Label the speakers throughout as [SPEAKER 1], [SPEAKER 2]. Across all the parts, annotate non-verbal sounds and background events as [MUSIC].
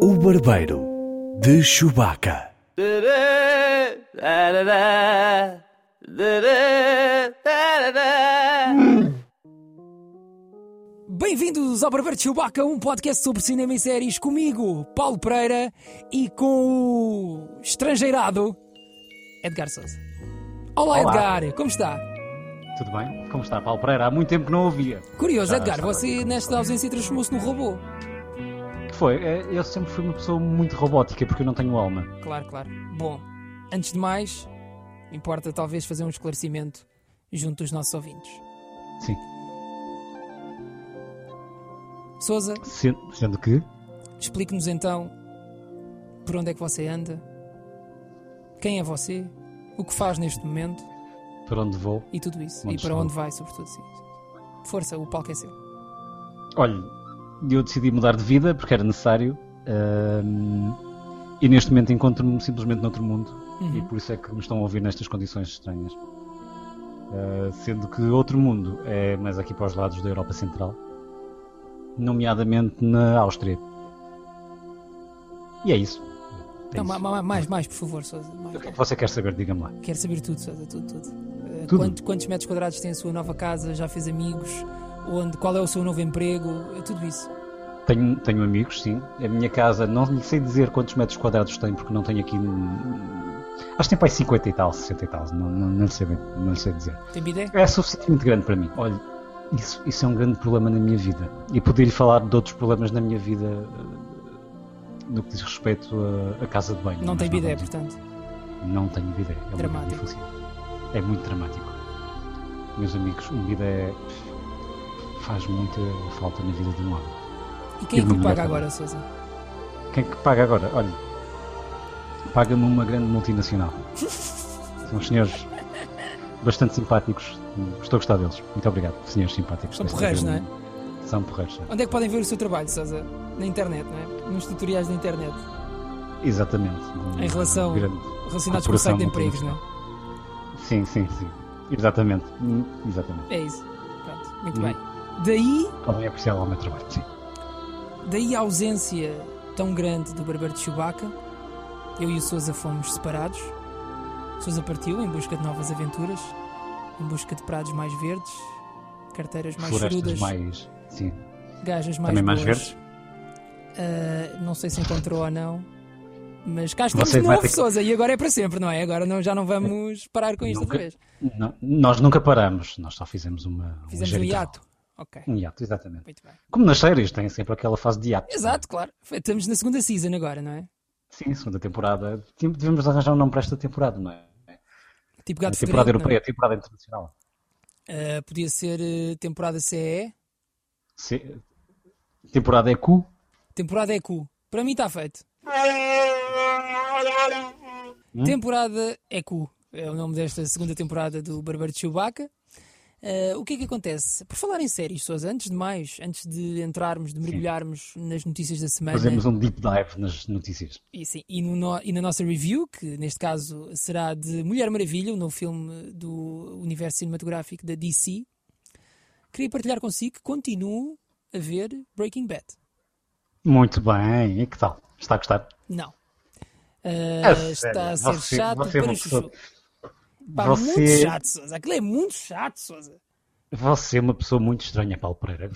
[SPEAKER 1] O Barbeiro de Chewbacca.
[SPEAKER 2] Bem-vindos ao Barbeiro de Chewbacca, um podcast sobre cinema e séries comigo, Paulo Pereira, e com o estrangeirado Edgar Souza. Olá,
[SPEAKER 3] Olá.
[SPEAKER 2] Edgar, como está?
[SPEAKER 3] Tudo bem? Como está, Paulo Pereira? Há muito tempo que não ouvia.
[SPEAKER 2] Curioso,
[SPEAKER 3] Já
[SPEAKER 2] Edgar,
[SPEAKER 3] estava
[SPEAKER 2] você
[SPEAKER 3] aqui.
[SPEAKER 2] nesta ausência transformou-se num robô.
[SPEAKER 3] Que foi? É, Eu sempre fui uma pessoa muito robótica porque eu não tenho alma.
[SPEAKER 2] Claro, claro. Bom, antes de mais, importa talvez fazer um esclarecimento junto dos nossos ouvintes.
[SPEAKER 3] Sim.
[SPEAKER 2] Souza,
[SPEAKER 3] Se- Sendo que
[SPEAKER 2] explique-nos então por onde é que você anda, quem é você, o que faz neste momento
[SPEAKER 3] para onde vou.
[SPEAKER 2] e tudo isso.
[SPEAKER 3] Onde
[SPEAKER 2] e para
[SPEAKER 3] estou?
[SPEAKER 2] onde vai, sobretudo. Sim. Força, o palco é seu.
[SPEAKER 3] Olha, eu decidi mudar de vida porque era necessário. ahm, e neste momento encontro-me simplesmente noutro mundo. E por isso é que me estão a ouvir nestas condições estranhas. Ah, sendo que outro mundo é mais aqui para os lados da Europa Central, nomeadamente na Áustria. E é isso. É
[SPEAKER 2] Não,
[SPEAKER 3] isso.
[SPEAKER 2] Então, ma- ma- mais, mais, por favor, Souza. mais.
[SPEAKER 3] O que é que você quer saber? Diga-me lá.
[SPEAKER 2] Quero saber tudo, Souza, tudo, tudo. Eh,
[SPEAKER 3] Tudo?
[SPEAKER 2] quanto- quantos metros quadrados tem a sua nova casa? Já fez amigos? Onde, qual é o seu novo emprego? Eh, Tudo isso.
[SPEAKER 3] Tenho, tenho amigos, sim. A minha casa, não lhe sei dizer quantos metros quadrados tem, porque não tenho aqui. hum, Acho que tem para aí 50 e tal, 60 e tal, não, não, não, lhe sei, bem- não lhe sei dizer.
[SPEAKER 2] Tem ideia?
[SPEAKER 3] É suficientemente grande para mim. Olha, isso, isso é um grande problema na minha vida. E poder lhe falar de outros problemas na minha vida eh, no que diz respeito a- à casa de banho.
[SPEAKER 2] Não
[SPEAKER 3] mas
[SPEAKER 2] tem ideia,
[SPEAKER 3] vamos-
[SPEAKER 2] portanto.
[SPEAKER 3] Não tenho bidé. É
[SPEAKER 2] Dramático.
[SPEAKER 3] dramático. É muito dramático. Meus amigos, um bidé faz muita falta na vida de um homem.
[SPEAKER 2] E quem é
[SPEAKER 3] Eu
[SPEAKER 2] que
[SPEAKER 3] não
[SPEAKER 2] lhe paga
[SPEAKER 3] me
[SPEAKER 2] agora, Souza?
[SPEAKER 3] Quem é que paga agora? Olha, paga-me uma grande
[SPEAKER 2] [LAUGHS]
[SPEAKER 3] multinacional. São senhores bastante simpáticos. Estou a gostar deles. Muito obrigado, senhores simpáticos.
[SPEAKER 2] São
[SPEAKER 3] desta
[SPEAKER 2] porreiros,
[SPEAKER 3] grande-
[SPEAKER 2] não
[SPEAKER 3] São porreiros, sim.
[SPEAKER 2] Onde é que podem ver o seu trabalho, Souza? Na internet, não é? Nos tutoriais da internet.
[SPEAKER 3] Exatamente.
[SPEAKER 2] Em relação-
[SPEAKER 3] Grande-
[SPEAKER 2] Relacionados com o
[SPEAKER 3] Corporação
[SPEAKER 2] site de empregos, não é?
[SPEAKER 3] Sim, sim, sim. Exatamente. Hum, Exatamente.
[SPEAKER 2] É isso. Pronto, muito
[SPEAKER 3] Uhum.
[SPEAKER 2] bem. Daí
[SPEAKER 3] Podem apreciar lá o meu trabalho, sim.
[SPEAKER 2] Daí a ausência tão grande do barbeiro de Chewbacca. Eu e o Souza fomos separados. Souza partiu em busca de novas aventuras, em busca de prados mais verdes, carteiras mais
[SPEAKER 3] Florestas
[SPEAKER 2] chorudas,
[SPEAKER 3] mais. Sim.
[SPEAKER 2] gajas mais
[SPEAKER 3] Também mais
[SPEAKER 2] boas.
[SPEAKER 3] verdes?
[SPEAKER 2] Ah, não sei se encontrou ou não, mas cá estamos
[SPEAKER 3] Você
[SPEAKER 2] de
[SPEAKER 3] vai
[SPEAKER 2] novo,
[SPEAKER 3] ter que-
[SPEAKER 2] Souza, e agora é para sempre, não é? Agora não, já não vamos parar com isto
[SPEAKER 3] Nunca-
[SPEAKER 2] outra vez.
[SPEAKER 3] Não, nós nunca paramos. Nós só fizemos uma. um
[SPEAKER 2] Fizemos um
[SPEAKER 3] ligeiro
[SPEAKER 2] hiato. Ok,
[SPEAKER 3] intervalo. Um hiato, exatamente.
[SPEAKER 2] muito bem.
[SPEAKER 3] Como nas séries, tem sempre aquela fase de hiato.
[SPEAKER 2] Exato, claro. Estamos na segunda season agora, não é?
[SPEAKER 3] Sim, segunda temporada. Tim- Devemos arranjar um nome para esta temporada, não é?
[SPEAKER 2] Tipo
[SPEAKER 3] A
[SPEAKER 2] gato de grego, não
[SPEAKER 3] temporada
[SPEAKER 2] é?
[SPEAKER 3] europeia, a temporada internacional.
[SPEAKER 2] Ah, podia ser eh, temporada CE,
[SPEAKER 3] Se- Temporada é Q.
[SPEAKER 2] temporada é cu. Para mim está feito. Temporada é cu. É o nome desta segunda temporada do Barbeiro de Chewbacca. Ah, o que é que acontece? Por falar em séries, Sousa, antes de mais, antes de entrarmos, de mergulharmos nas notícias da semana
[SPEAKER 3] Fazemos um deep dive nas notícias.
[SPEAKER 2] e, sim, e, no no- e na nossa review, que neste caso será de Mulher Maravilha, o novo filme eh, do universo cinematográfico da DC, queria partilhar consigo que continuo a ver Breaking Bad.
[SPEAKER 3] Muito bem, e que tal? Está a gostar?
[SPEAKER 2] Não. Ah,
[SPEAKER 3] É sério,
[SPEAKER 2] está a ser
[SPEAKER 3] você-
[SPEAKER 2] chato
[SPEAKER 3] você é uma
[SPEAKER 2] para
[SPEAKER 3] pessoa-
[SPEAKER 2] chuchu. Pá, muito
[SPEAKER 3] Você-
[SPEAKER 2] chato, Sousa. Aquilo é muito chato, Sousa.
[SPEAKER 3] Você é uma pessoa muito estranha, Paulo Pereira.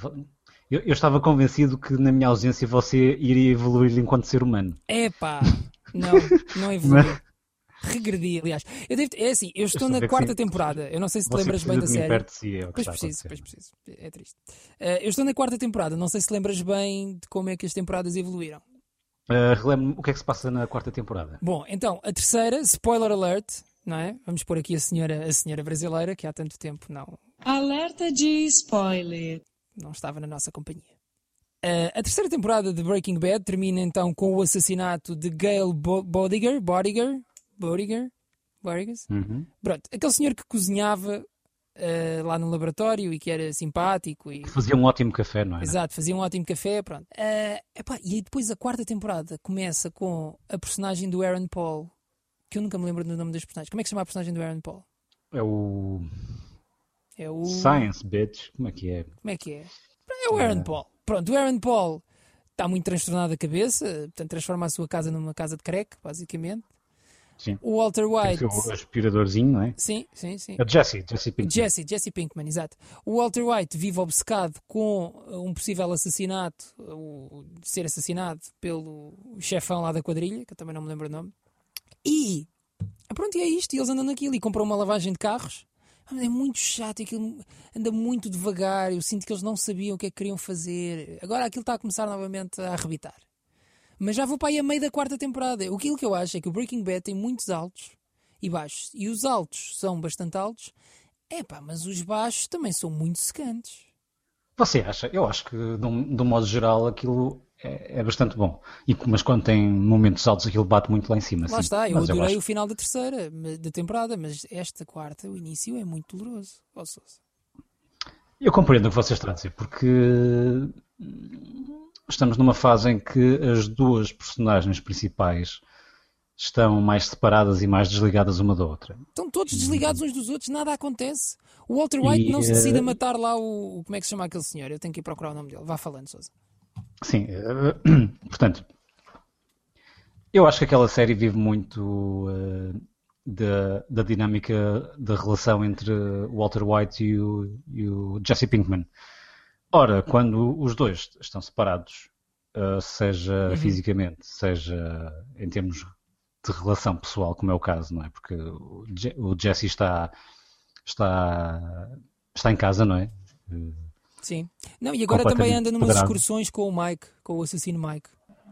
[SPEAKER 3] Eu, eu estava convencido que na minha ausência você iria evoluir enquanto ser humano.
[SPEAKER 2] É pá. Não, não
[SPEAKER 3] [LAUGHS]
[SPEAKER 2] evoluiu. Regredi, aliás. Eu devo- É assim, eu estou
[SPEAKER 3] a
[SPEAKER 2] na
[SPEAKER 3] ver que
[SPEAKER 2] quarta
[SPEAKER 3] sim.
[SPEAKER 2] temporada. Eu não sei se te
[SPEAKER 3] Você
[SPEAKER 2] lembras bem
[SPEAKER 3] precisa
[SPEAKER 2] da
[SPEAKER 3] de mim
[SPEAKER 2] série.
[SPEAKER 3] perto de si, é o que
[SPEAKER 2] Pois
[SPEAKER 3] está a
[SPEAKER 2] preciso, pois
[SPEAKER 3] acontecer.
[SPEAKER 2] preciso. É triste. Ah, eu estou na quarta temporada. Não sei se te lembras bem de como é que as temporadas evoluíram.
[SPEAKER 3] Ah, Relembro-me o que é que se passa na quarta temporada.
[SPEAKER 2] Bom, então, a terceira, spoiler alert, não é? Vamos pôr aqui a senhora, a senhora brasileira, que há tanto tempo não,
[SPEAKER 4] Alerta de spoiler.
[SPEAKER 2] não estava na nossa companhia. Ah, a terceira temporada de Breaking Bad termina então com o assassinato de Gail Bo Bodiger, Bodiger, Bodiger, Bodigas?
[SPEAKER 3] Uhum.
[SPEAKER 2] Pronto, aquele senhor que cozinhava ah, lá no laboratório e que era simpático e
[SPEAKER 3] Fazia um ótimo café, não é?
[SPEAKER 2] Exato, fazia um ótimo café, pronto. Ah, epá, e aí depois a quarta temporada começa com a personagem do Aaron Paul, que eu nunca me lembro do nome dos personagens. Como é que se chama a personagem do Aaron Paul?
[SPEAKER 3] É o
[SPEAKER 2] É o.
[SPEAKER 3] Science, bitch. Como é que é? Ah.
[SPEAKER 2] Como é que é? É o Aaron Paul. Pronto, o Aaron Paul está muito transtornada a cabeça, portanto, transforma a sua casa numa casa de creque, basicamente.
[SPEAKER 3] Sim.
[SPEAKER 2] O Walter
[SPEAKER 3] Tem o
[SPEAKER 2] White.
[SPEAKER 3] seu aspiradorzinho, não é?
[SPEAKER 2] Sim, sim, sim.
[SPEAKER 3] É o Jesse, Jesse Pinkman.
[SPEAKER 2] Jesse, Jesse Pinkman, exato. O Walter White vive obcecado com uh, um possível assassinato, uh, o- de ser assassinado pelo chefão lá da quadrilha, que eu também não me lembro o nome. E ah, pronto, e é isto. E eles andam naquilo e compram uma lavagem de carros. Ah, mas É muito chato, aquilo anda muito devagar. Eu sinto que eles não sabiam o que é que queriam fazer. Agora aquilo está a começar novamente a arrebitar. Mas já vou para aí a meio da quarta temporada. O que- o que eu acho é que o Breaking Bad tem muitos altos e baixos. E os altos são bastante altos. Epá, mas os baixos também são muito secantes.
[SPEAKER 3] Você acha? Eu acho que, de um, de um modo geral, aquilo é, é bastante bom. E, que- mas quando tem momentos altos, aquilo bate muito lá em cima.
[SPEAKER 2] Lá
[SPEAKER 3] sim.
[SPEAKER 2] está, eu
[SPEAKER 3] Mas
[SPEAKER 2] adorei
[SPEAKER 3] acho-
[SPEAKER 2] o final da terceira ma- da temporada, mas esta quarta, o início, é muito doloroso. Ó, Sousa.
[SPEAKER 3] Eu compreendo o que você está a dizer, porque hum, estamos numa fase em que as duas personagens principais estão mais separadas e mais desligadas uma da outra.
[SPEAKER 2] Estão todos desligados uns dos outros, nada acontece. O Walter White
[SPEAKER 3] E,
[SPEAKER 2] não se decide a
[SPEAKER 3] eh,
[SPEAKER 2] matar lá o. o- Como é que se chama aquele senhor? Eu tenho que ir procurar o nome dele. Vá falando, Sousa.
[SPEAKER 3] Sim, eh, [CLEARS THROAT] portanto, eu acho que aquela série vive muito eh, da, da dinâmica da relação entre o Walter White e o, e o Jesse Pinkman. Ora, quando os dois estão separados, eh, seja fisicamente, seja em termos de relação pessoal, como é o caso, não é? Porque o, Je- o Jesse está, está, está em casa, não é?
[SPEAKER 2] Sim. Não, e agora também
[SPEAKER 3] Completamente
[SPEAKER 2] anda numas
[SPEAKER 3] pedrado.
[SPEAKER 2] excursões com o Mike, com o assassino Mike.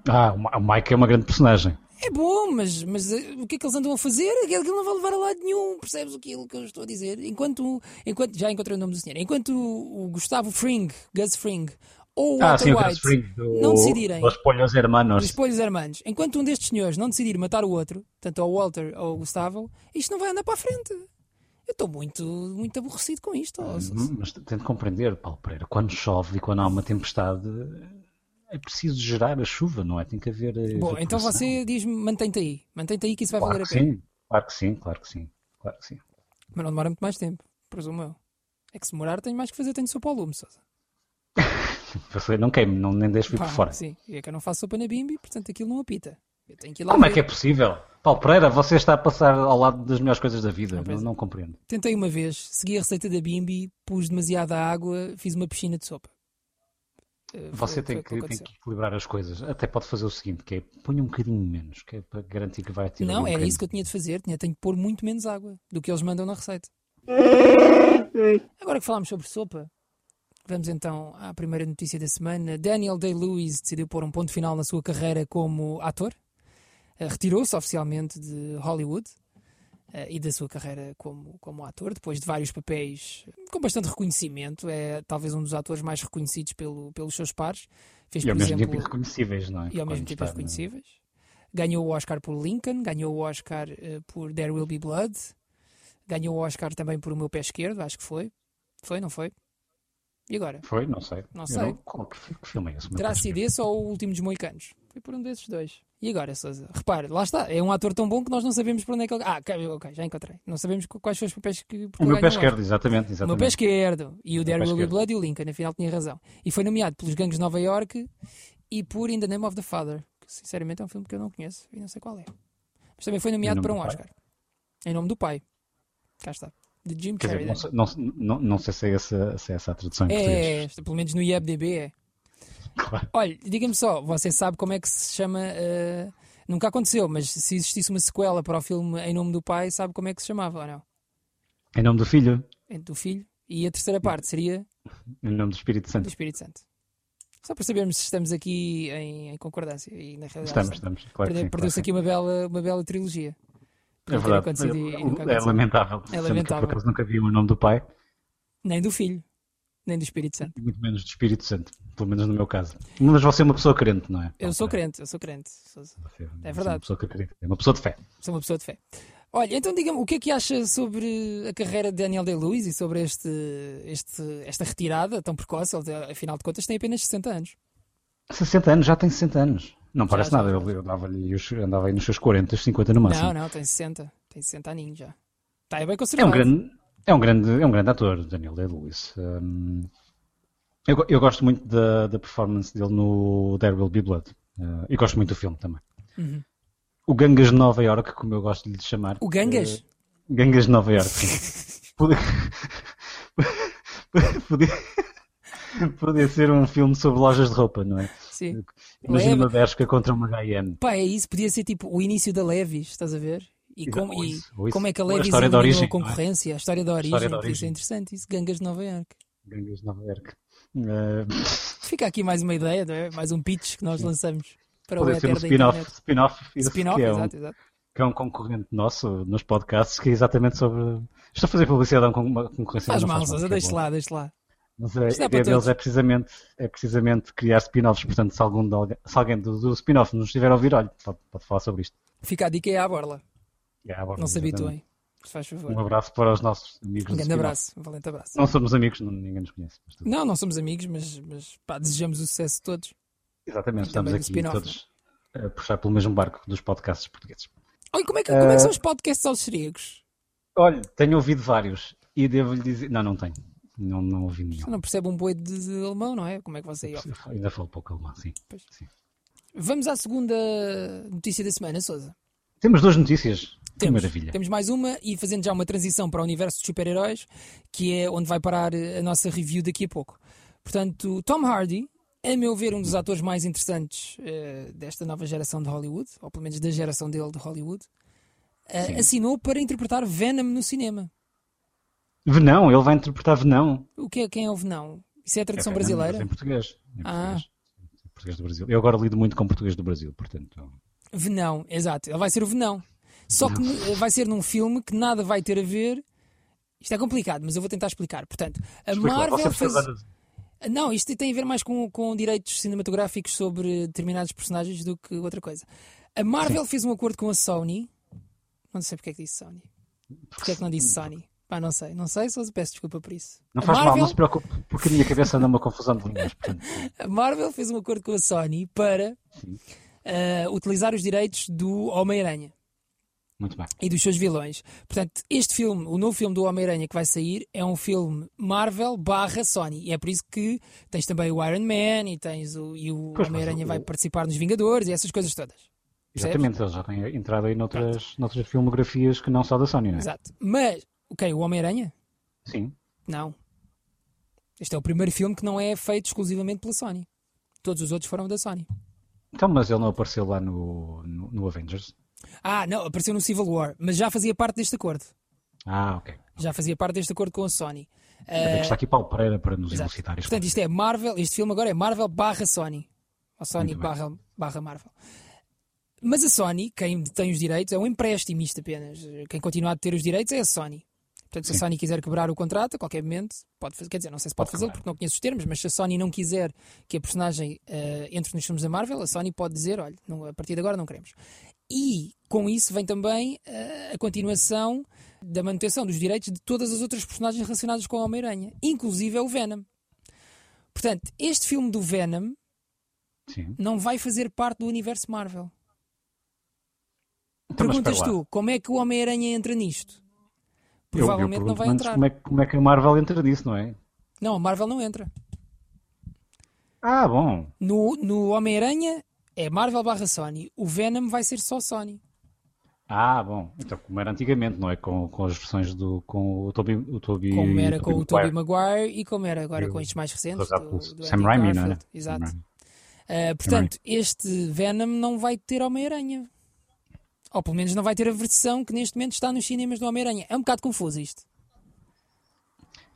[SPEAKER 3] Ah, o Ma- o Mike é uma grande personagem.
[SPEAKER 2] É bom, mas, mas eh, o que é que eles andam a fazer? Aquilo aquilo não vai levar a lado nenhum, percebes aquilo que eu estou a dizer? Enquanto, enquanto já encontrei o nome do senhor, enquanto o, o Gustavo Fring, Gus Fring, ou o
[SPEAKER 3] Ah,
[SPEAKER 2] Walter
[SPEAKER 3] sim, o
[SPEAKER 2] White
[SPEAKER 3] Gus Fring, do-
[SPEAKER 2] não decidirem,
[SPEAKER 3] Los Pollos
[SPEAKER 2] os
[SPEAKER 3] Hermanos.
[SPEAKER 2] polhos hermanos, enquanto um destes senhores não decidir matar o outro, tanto ao Walter ou ao Gustavo, isto não vai andar para a frente. Eu estou muito, muito aborrecido com isto.
[SPEAKER 3] Uhum.
[SPEAKER 2] ó, Sousa.
[SPEAKER 3] Mas tento compreender, Paulo Pereira, quando chove e quando há uma tempestade, é preciso gerar a chuva, não é? Tem que haver.
[SPEAKER 2] Bom, então você diz-me, mantém-te aí, mantém-te aí que isso vai
[SPEAKER 3] Claro
[SPEAKER 2] valer
[SPEAKER 3] que
[SPEAKER 2] a pena.
[SPEAKER 3] sim, claro que sim, claro que sim. Claro que sim.
[SPEAKER 2] Mas não demora muito mais tempo, presumo eu. É que se demorar tenho mais que fazer, tenho sopa ao lume, Sousa.
[SPEAKER 3] Você não queime, não, nem deixe vir
[SPEAKER 2] Pá,
[SPEAKER 3] por fora.
[SPEAKER 2] Sim, e é que eu não faço sopa na bimbi, portanto aquilo não apita. Eu tenho que ir lá.
[SPEAKER 3] Como é
[SPEAKER 2] ver.
[SPEAKER 3] que é possível? Paulo Pereira, você está a passar ao lado das melhores coisas da vida. Não,
[SPEAKER 2] pois é.
[SPEAKER 3] não compreendo.
[SPEAKER 2] Tentei uma vez, segui a receita da bimbi, pus demasiada água, fiz uma piscina de sopa. Eh, foi-
[SPEAKER 3] Você tem
[SPEAKER 2] foi o
[SPEAKER 3] que, tem
[SPEAKER 2] aconteceu.
[SPEAKER 3] que equilibrar as coisas. Até pode fazer o seguinte, que é põe um bocadinho menos, que é para garantir que vai ter ali
[SPEAKER 2] Não,
[SPEAKER 3] um
[SPEAKER 2] era
[SPEAKER 3] bocadinho.
[SPEAKER 2] isso que eu tinha de fazer, tinha, tenho que pôr muito menos água do que eles mandam na receita. Agora que falámos sobre sopa, vamos então à primeira notícia da semana. Daniel Day-Lewis decidiu pôr um ponto final na sua carreira como ator. Eh, Retirou-se oficialmente de Hollywood eh, e da sua carreira como, como ator, depois de vários papéis com bastante reconhecimento. É talvez um dos atores mais reconhecidos pelo, pelos seus pares. Fez,
[SPEAKER 3] E ao
[SPEAKER 2] por
[SPEAKER 3] mesmo
[SPEAKER 2] exemplo,
[SPEAKER 3] tempo irreconhecíveis, não é?
[SPEAKER 2] e ao mesmo
[SPEAKER 3] Quando
[SPEAKER 2] tempo
[SPEAKER 3] está na-
[SPEAKER 2] irreconhecíveis. Ganhou o Oscar por Lincoln, ganhou o Oscar eh, por There Will Be Blood, ganhou o Oscar também por O Meu Pé Esquerdo, acho que foi. Foi, não foi? E agora?
[SPEAKER 3] Foi? Não sei.
[SPEAKER 2] Não
[SPEAKER 3] Eu
[SPEAKER 2] sei.
[SPEAKER 3] qual- que, fi- que filme é esse? meu
[SPEAKER 2] Terá
[SPEAKER 3] Deus?
[SPEAKER 2] sido esse ou o Último dos Moicanos? Foi por um desses dois. E agora, Sousa? Repare, lá está. É um ator tão bom que nós não sabemos por onde é que ele. Ah, ok, ok, já encontrei. Não sabemos qu- quais foram os papéis que. porque
[SPEAKER 3] O meu
[SPEAKER 2] ele ganhou
[SPEAKER 3] pé
[SPEAKER 2] Oscar.
[SPEAKER 3] esquerdo, exatamente,
[SPEAKER 2] O meu pé
[SPEAKER 3] exatamente.
[SPEAKER 2] esquerdo. E o
[SPEAKER 3] pé
[SPEAKER 2] There Will Be
[SPEAKER 3] esquerdo.
[SPEAKER 2] Blood e o Lincoln, afinal tinha razão. E foi nomeado pelos Gangues de Nova York e por In the Name of the Father, que sinceramente é um filme que eu não conheço e não sei qual é. Mas também foi nomeado
[SPEAKER 3] nome
[SPEAKER 2] para um
[SPEAKER 3] do pai?
[SPEAKER 2] Oscar. Em nome do pai. Cá está. De Jim
[SPEAKER 3] Quer dizer,
[SPEAKER 2] Carrey.
[SPEAKER 3] não sei, não, sei- não, não sei se é, essa, se é essa a tradução em
[SPEAKER 2] É,
[SPEAKER 3] português.
[SPEAKER 2] esta, pelo menos no IMDB é.
[SPEAKER 3] Claro.
[SPEAKER 2] Olha, diga-me só, você sabe como é que se chama. eh, Nunca aconteceu, mas se existisse uma sequela para o filme Em Nome do Pai, sabe como é que se chamava ou não?
[SPEAKER 3] Em nome do Filho,
[SPEAKER 2] Em- Do filho. E a terceira parte seria.
[SPEAKER 3] em nome do Espírito
[SPEAKER 2] do
[SPEAKER 3] Santo.
[SPEAKER 2] Espírito Santo. Só para sabermos se estamos aqui em, em concordância e na realidade
[SPEAKER 3] Estamos,
[SPEAKER 2] estamos.
[SPEAKER 3] estamos. Claro
[SPEAKER 2] Perde-
[SPEAKER 3] que sim, claro que
[SPEAKER 2] Perdeu-se
[SPEAKER 3] sim.
[SPEAKER 2] aqui uma bela, uma bela trilogia.
[SPEAKER 3] É
[SPEAKER 2] não ter acontecido
[SPEAKER 3] verdade.
[SPEAKER 2] e- e nunca
[SPEAKER 3] É,
[SPEAKER 2] aconteceu.
[SPEAKER 3] lamentável.
[SPEAKER 2] É
[SPEAKER 3] Sendo que eu, por
[SPEAKER 2] lamentável.
[SPEAKER 3] acaso nunca vi o nome do Pai,
[SPEAKER 2] Nem do filho, nem do Espírito Santo.
[SPEAKER 3] e muito menos do Espírito Santo. Pelo menos no meu caso. Mas você é uma pessoa crente, não é?
[SPEAKER 2] Eu
[SPEAKER 3] Não,
[SPEAKER 2] sou
[SPEAKER 3] peraí.
[SPEAKER 2] crente, eu sou crente. Sou,
[SPEAKER 3] Você você
[SPEAKER 2] verdade.
[SPEAKER 3] uma pessoa que acredita. É uma pessoa de fé.
[SPEAKER 2] sou uma pessoa de fé. Olha, então diga-me, o que é que acha sobre a carreira de Daniel Day-Lewis e sobre este, este, esta retirada tão precoce? Ele, afinal de contas, tem apenas 60 anos.
[SPEAKER 3] 60 anos, já tem 60 anos. Não
[SPEAKER 2] Já,
[SPEAKER 3] parece
[SPEAKER 2] já,
[SPEAKER 3] nada.
[SPEAKER 2] já.
[SPEAKER 3] Eu, eu dava-lhe os- andava aí nos seus 40, 50 no máximo.
[SPEAKER 2] Não, não, tem 60. Tem 60 aninhos já. Está bem
[SPEAKER 3] assim? É um
[SPEAKER 2] conservado.
[SPEAKER 3] grande, é um grande, é um grande ator, Daniel Day-Lewis. Hum, Eu, go- eu gosto muito da, da performance dele no There Will Be Blood. Eh, e gosto muito do filme também.
[SPEAKER 2] Uhum.
[SPEAKER 3] O Gangas de Nova York, como eu gosto de lhe chamar. Eh,
[SPEAKER 2] O Gangas?
[SPEAKER 3] É, Gangas de Nova
[SPEAKER 2] [LAUGHS]
[SPEAKER 3] York. [LAUGHS] podia, podia, podia ser um filme sobre lojas de roupa, não é?
[SPEAKER 2] Sim.
[SPEAKER 3] Imagina
[SPEAKER 2] Leva-
[SPEAKER 3] uma Bershka contra uma H&M.
[SPEAKER 2] Pá, é isso. Podia ser tipo o início da Levis, estás a ver? E,
[SPEAKER 3] Exato,
[SPEAKER 2] como-
[SPEAKER 3] ou
[SPEAKER 2] e
[SPEAKER 3] isso, ou isso.
[SPEAKER 2] como é que a
[SPEAKER 3] Ou a
[SPEAKER 2] Levis
[SPEAKER 3] história da
[SPEAKER 2] eliminou
[SPEAKER 3] origem,
[SPEAKER 2] a concorrência, a história da origem.
[SPEAKER 3] história da
[SPEAKER 2] por Isso é
[SPEAKER 3] origem.
[SPEAKER 2] interessante isso. Gangas de Nova York.
[SPEAKER 3] Gangas de Nova York. Eh,
[SPEAKER 2] Fica aqui mais uma ideia, não é? Mais um pitch que nós lançamos para o
[SPEAKER 3] podia ser um
[SPEAKER 2] Éter da
[SPEAKER 3] spin-off.
[SPEAKER 2] internet.
[SPEAKER 3] Spin-off, esse
[SPEAKER 2] Spin-off,
[SPEAKER 3] que é um-
[SPEAKER 2] exato, exato.
[SPEAKER 3] que é um concorrente nosso nos podcasts, que é exatamente sobre. Estou a fazer publicidade a um con- uma concorrência.
[SPEAKER 2] Faz
[SPEAKER 3] mas não
[SPEAKER 2] mal,
[SPEAKER 3] que
[SPEAKER 2] Sousa,
[SPEAKER 3] é
[SPEAKER 2] deixa
[SPEAKER 3] bom.
[SPEAKER 2] lá, deixa lá.
[SPEAKER 3] Mas a
[SPEAKER 2] Isto dá
[SPEAKER 3] ideia
[SPEAKER 2] para todos.
[SPEAKER 3] deles é precisamente, é precisamente criar spin-offs. Portanto, se, algum de algu- se alguém do, do spin-off nos estiver a ouvir, olha, pode, pode falar sobre isto.
[SPEAKER 2] Fica a dica é à borla.
[SPEAKER 3] É, agora,
[SPEAKER 2] Não se
[SPEAKER 3] exatamente.
[SPEAKER 2] habituem. Se faz favor.
[SPEAKER 3] Um abraço para os nossos amigos.
[SPEAKER 2] Um
[SPEAKER 3] do
[SPEAKER 2] grande
[SPEAKER 3] spin-off.
[SPEAKER 2] abraço, um valente abraço.
[SPEAKER 3] Não somos amigos, não- ninguém nos conhece. mas tudo.
[SPEAKER 2] Não, não somos amigos, mas, mas pá, desejamos o sucesso de todos.
[SPEAKER 3] Exatamente,
[SPEAKER 2] E também
[SPEAKER 3] estamos
[SPEAKER 2] do
[SPEAKER 3] aqui
[SPEAKER 2] spin-off, né?
[SPEAKER 3] todos a puxar pelo mesmo barco dos podcasts portugueses.
[SPEAKER 2] Oi, como é que,
[SPEAKER 3] Eh,
[SPEAKER 2] como é que são os podcasts austríacos?
[SPEAKER 3] Olha, tenho ouvido vários e devo-lhe dizer. Não, não tenho. Não, não ouvi
[SPEAKER 2] Tu
[SPEAKER 3] nenhum.
[SPEAKER 2] não percebe um boi de, de alemão, não é? Como é que você
[SPEAKER 3] [LAUGHS]
[SPEAKER 2] ia?
[SPEAKER 3] Ainda falo pouco alemão, sim.
[SPEAKER 2] Pois.
[SPEAKER 3] sim.
[SPEAKER 2] Vamos à segunda notícia da semana, Sousa.
[SPEAKER 3] Temos duas notícias. Que
[SPEAKER 2] Temos,
[SPEAKER 3] maravilha.
[SPEAKER 2] temos mais uma e fazendo já uma transição para o universo dos super-heróis, que é onde vai parar eh, a nossa review daqui a pouco. Portanto, Tom Hardy, a meu ver, um dos atores mais interessantes eh, desta nova geração de Hollywood, ou pelo menos da geração dele de Hollywood, eh, assinou para interpretar Venom no cinema.
[SPEAKER 3] Venão, ele vai interpretar Venão.
[SPEAKER 2] O que é quem é o Venom? Isso é a tradução
[SPEAKER 3] É, Venão, mas Em
[SPEAKER 2] brasileira?
[SPEAKER 3] português. Em
[SPEAKER 2] Ah.
[SPEAKER 3] português. Em português do Brasil. Eu agora lido muito com português do Brasil, portanto.
[SPEAKER 2] Venão, exato. Ele vai ser o Venão. Só que
[SPEAKER 3] Uhum.
[SPEAKER 2] eh, vai ser num filme que nada vai ter a ver. Isto é complicado, mas eu vou tentar explicar. Portanto, a
[SPEAKER 3] Explica lá,
[SPEAKER 2] Marvel
[SPEAKER 3] você
[SPEAKER 2] fez.
[SPEAKER 3] precisa de-
[SPEAKER 2] Não, isto tem a ver mais com, com direitos cinematográficos sobre determinados personagens do que outra coisa. A Marvel fez um acordo com a Sony. Não sei porque é que disse Sony. Porque é que não disse Sony? Pá, não sei. Não sei, só peço desculpa por isso.
[SPEAKER 3] Não
[SPEAKER 2] a
[SPEAKER 3] faz mal,
[SPEAKER 2] Marvel-
[SPEAKER 3] não se preocupe, porque a minha cabeça anda uma confusão de línguas. Portanto,
[SPEAKER 2] a Marvel fez um acordo com a Sony para ah, utilizar os direitos do Homem-Aranha
[SPEAKER 3] muito bem.
[SPEAKER 2] e dos seus vilões. Portanto, este filme, o novo filme do Homem-Aranha que vai sair, é um filme Marvel barra Sony. E é por isso que tens também o Iron Man e, tens o, e o
[SPEAKER 3] Pois, mas
[SPEAKER 2] Homem-Aranha
[SPEAKER 3] o-
[SPEAKER 2] vai participar nos Vingadores e essas coisas todas. Percebes?
[SPEAKER 3] Exatamente, eles já têm entrado aí noutras, noutras filmografias que não só da Sony, não é?
[SPEAKER 2] Exato. Mas, ok, o Homem-Aranha?
[SPEAKER 3] Sim.
[SPEAKER 2] Não. Este é o primeiro filme que não é feito exclusivamente pela Sony. Todos os outros foram da Sony.
[SPEAKER 3] Então, mas ele não apareceu lá no, no, no Avengers.
[SPEAKER 2] Ah, não, apareceu no Civil War, mas já fazia parte deste acordo.
[SPEAKER 3] Ah, ok.
[SPEAKER 2] Já fazia parte deste acordo com a Sony.
[SPEAKER 3] Ainda bem que está aqui Paulo Pereira para nos
[SPEAKER 2] Exato.
[SPEAKER 3] elucidar isto.
[SPEAKER 2] Portanto, isto é Marvel, este filme agora é Marvel barra Sony. Ou Sony
[SPEAKER 3] Muito bem.
[SPEAKER 2] barra, barra Marvel. Mas a Sony, quem tem os direitos, é um empréstimo isto apenas. Quem continua a ter os direitos é a Sony. Portanto, se a Sony quiser quebrar o contrato, a qualquer momento, pode fazer, quer dizer, não sei se pode
[SPEAKER 3] Pode
[SPEAKER 2] fazê-lo
[SPEAKER 3] quebrar.
[SPEAKER 2] porque não conheço os termos, mas se a Sony não quiser que a personagem eh, entre nos filmes da Marvel, a Sony pode dizer, olha, não- a partir de agora não queremos. E com isso vem também eh, a continuação da manutenção dos direitos de todas as outras personagens relacionadas com o Homem-Aranha, inclusive é o Venom. Portanto, este filme do Venom
[SPEAKER 3] Sim.
[SPEAKER 2] não vai fazer parte do universo Marvel.
[SPEAKER 3] Então, mas
[SPEAKER 2] Perguntas
[SPEAKER 3] espera lá.
[SPEAKER 2] tu, como é que o Homem-Aranha entra nisto?
[SPEAKER 3] Eu- eu
[SPEAKER 2] Provavelmente não
[SPEAKER 3] pergunto
[SPEAKER 2] vai
[SPEAKER 3] antes
[SPEAKER 2] entrar.
[SPEAKER 3] Como é, que- como é que a Marvel entra nisso, não é?
[SPEAKER 2] Não, a Marvel não entra.
[SPEAKER 3] Ah, bom.
[SPEAKER 2] No, no Homem-Aranha é Marvel barra Sony. O Venom vai ser só Sony.
[SPEAKER 3] Ah, bom. Então, como era antigamente, não é? Com, com as versões do. com o Toby. O Toby
[SPEAKER 2] Como era com o Tobey
[SPEAKER 3] Maguire.
[SPEAKER 2] Maguire e como era agora com estes mais recentes.
[SPEAKER 3] Apesar
[SPEAKER 2] Do,
[SPEAKER 3] do
[SPEAKER 2] do
[SPEAKER 3] Sam
[SPEAKER 2] Andrew
[SPEAKER 3] Raimi, não era?
[SPEAKER 2] Garfield. Exato.
[SPEAKER 3] Sam Raimi.
[SPEAKER 2] Ah, portanto, este Venom não vai ter Homem-Aranha. Ou pelo menos não vai ter a versão que neste momento está nos cinemas do Homem-Aranha. É um bocado confuso isto.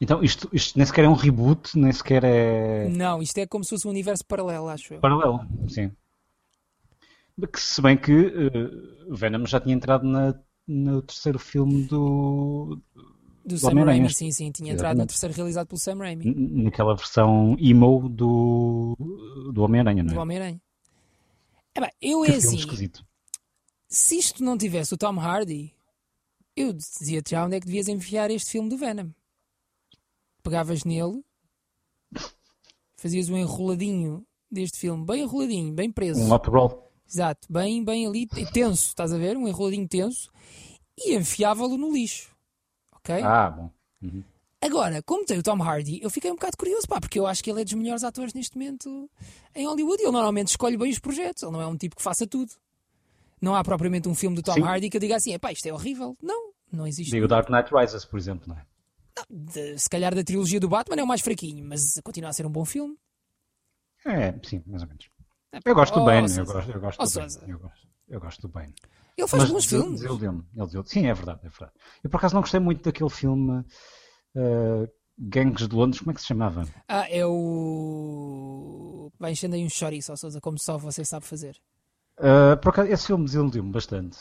[SPEAKER 3] Então, isto, isto nem sequer é um reboot, nem sequer é.
[SPEAKER 2] Não, isto é como se fosse um universo paralelo, acho eu.
[SPEAKER 3] Paralelo, sim. Que, se bem que eh, Venom já tinha entrado na, no terceiro filme do.
[SPEAKER 2] Do Sam
[SPEAKER 3] Homem-Aranha,
[SPEAKER 2] Raimi,
[SPEAKER 3] este.
[SPEAKER 2] sim, sim. Tinha entrado no
[SPEAKER 3] Exatamente. Hum,
[SPEAKER 2] terceiro realizado pelo Sam Raimi,
[SPEAKER 3] n- naquela versão emo do. do Homem-Aranha,
[SPEAKER 2] do
[SPEAKER 3] não é?
[SPEAKER 2] Homem-Aranha. É bem, eu
[SPEAKER 3] Que
[SPEAKER 2] é
[SPEAKER 3] filme
[SPEAKER 2] assim.
[SPEAKER 3] esquisito.
[SPEAKER 2] Se isto não tivesse o Tom Hardy, eu dizia-te já onde é que devias enfiar este filme do Venom. Pegavas nele, fazias um enroladinho deste filme, bem enroladinho, bem preso.
[SPEAKER 3] Um Lot Roll.
[SPEAKER 2] Exato, bem, bem ali, e tenso, estás a ver? Um enroladinho tenso e enfiava-lo no lixo. Ok?
[SPEAKER 3] Ah, bom.
[SPEAKER 2] Agora, como tem o Tom Hardy, eu fiquei um bocado curioso, pá, porque eu acho que ele é dos melhores atores neste momento em Hollywood. Ele normalmente escolhe bem os projetos, ele não é um tipo que faça tudo. Não há propriamente um filme do Tom
[SPEAKER 3] Sim.
[SPEAKER 2] Hardy que eu diga assim, pá, isto é horrível. Não, não existe.
[SPEAKER 3] Digo tá. Dark Knight Rises, por exemplo, não é?
[SPEAKER 2] De- se calhar da trilogia do Batman é o mais fraquinho, mas continua a ser um bom filme.
[SPEAKER 3] É, sim, mais ou menos. Eu gosto do
[SPEAKER 2] Oh,
[SPEAKER 3] Bane, eu
[SPEAKER 2] Sousa.
[SPEAKER 3] gosto, eu gosto
[SPEAKER 2] Oh,
[SPEAKER 3] do
[SPEAKER 2] Sousa.
[SPEAKER 3] Bane. Eu gosto, eu gosto do Bane.
[SPEAKER 2] Ele faz
[SPEAKER 3] Mas
[SPEAKER 2] bons
[SPEAKER 3] de-
[SPEAKER 2] filmes.
[SPEAKER 3] desiludeu-me, ele desiludeu- Sim, é verdade, é verdade. Eu por acaso não gostei muito daquele filme eh, Gangues de Londres, como é que se chamava?
[SPEAKER 2] Ah, é o. Vai enchendo aí um chouriço, ó Sousa, como só você sabe fazer.
[SPEAKER 3] Eh, por acaso, esse filme desiludiu-me bastante.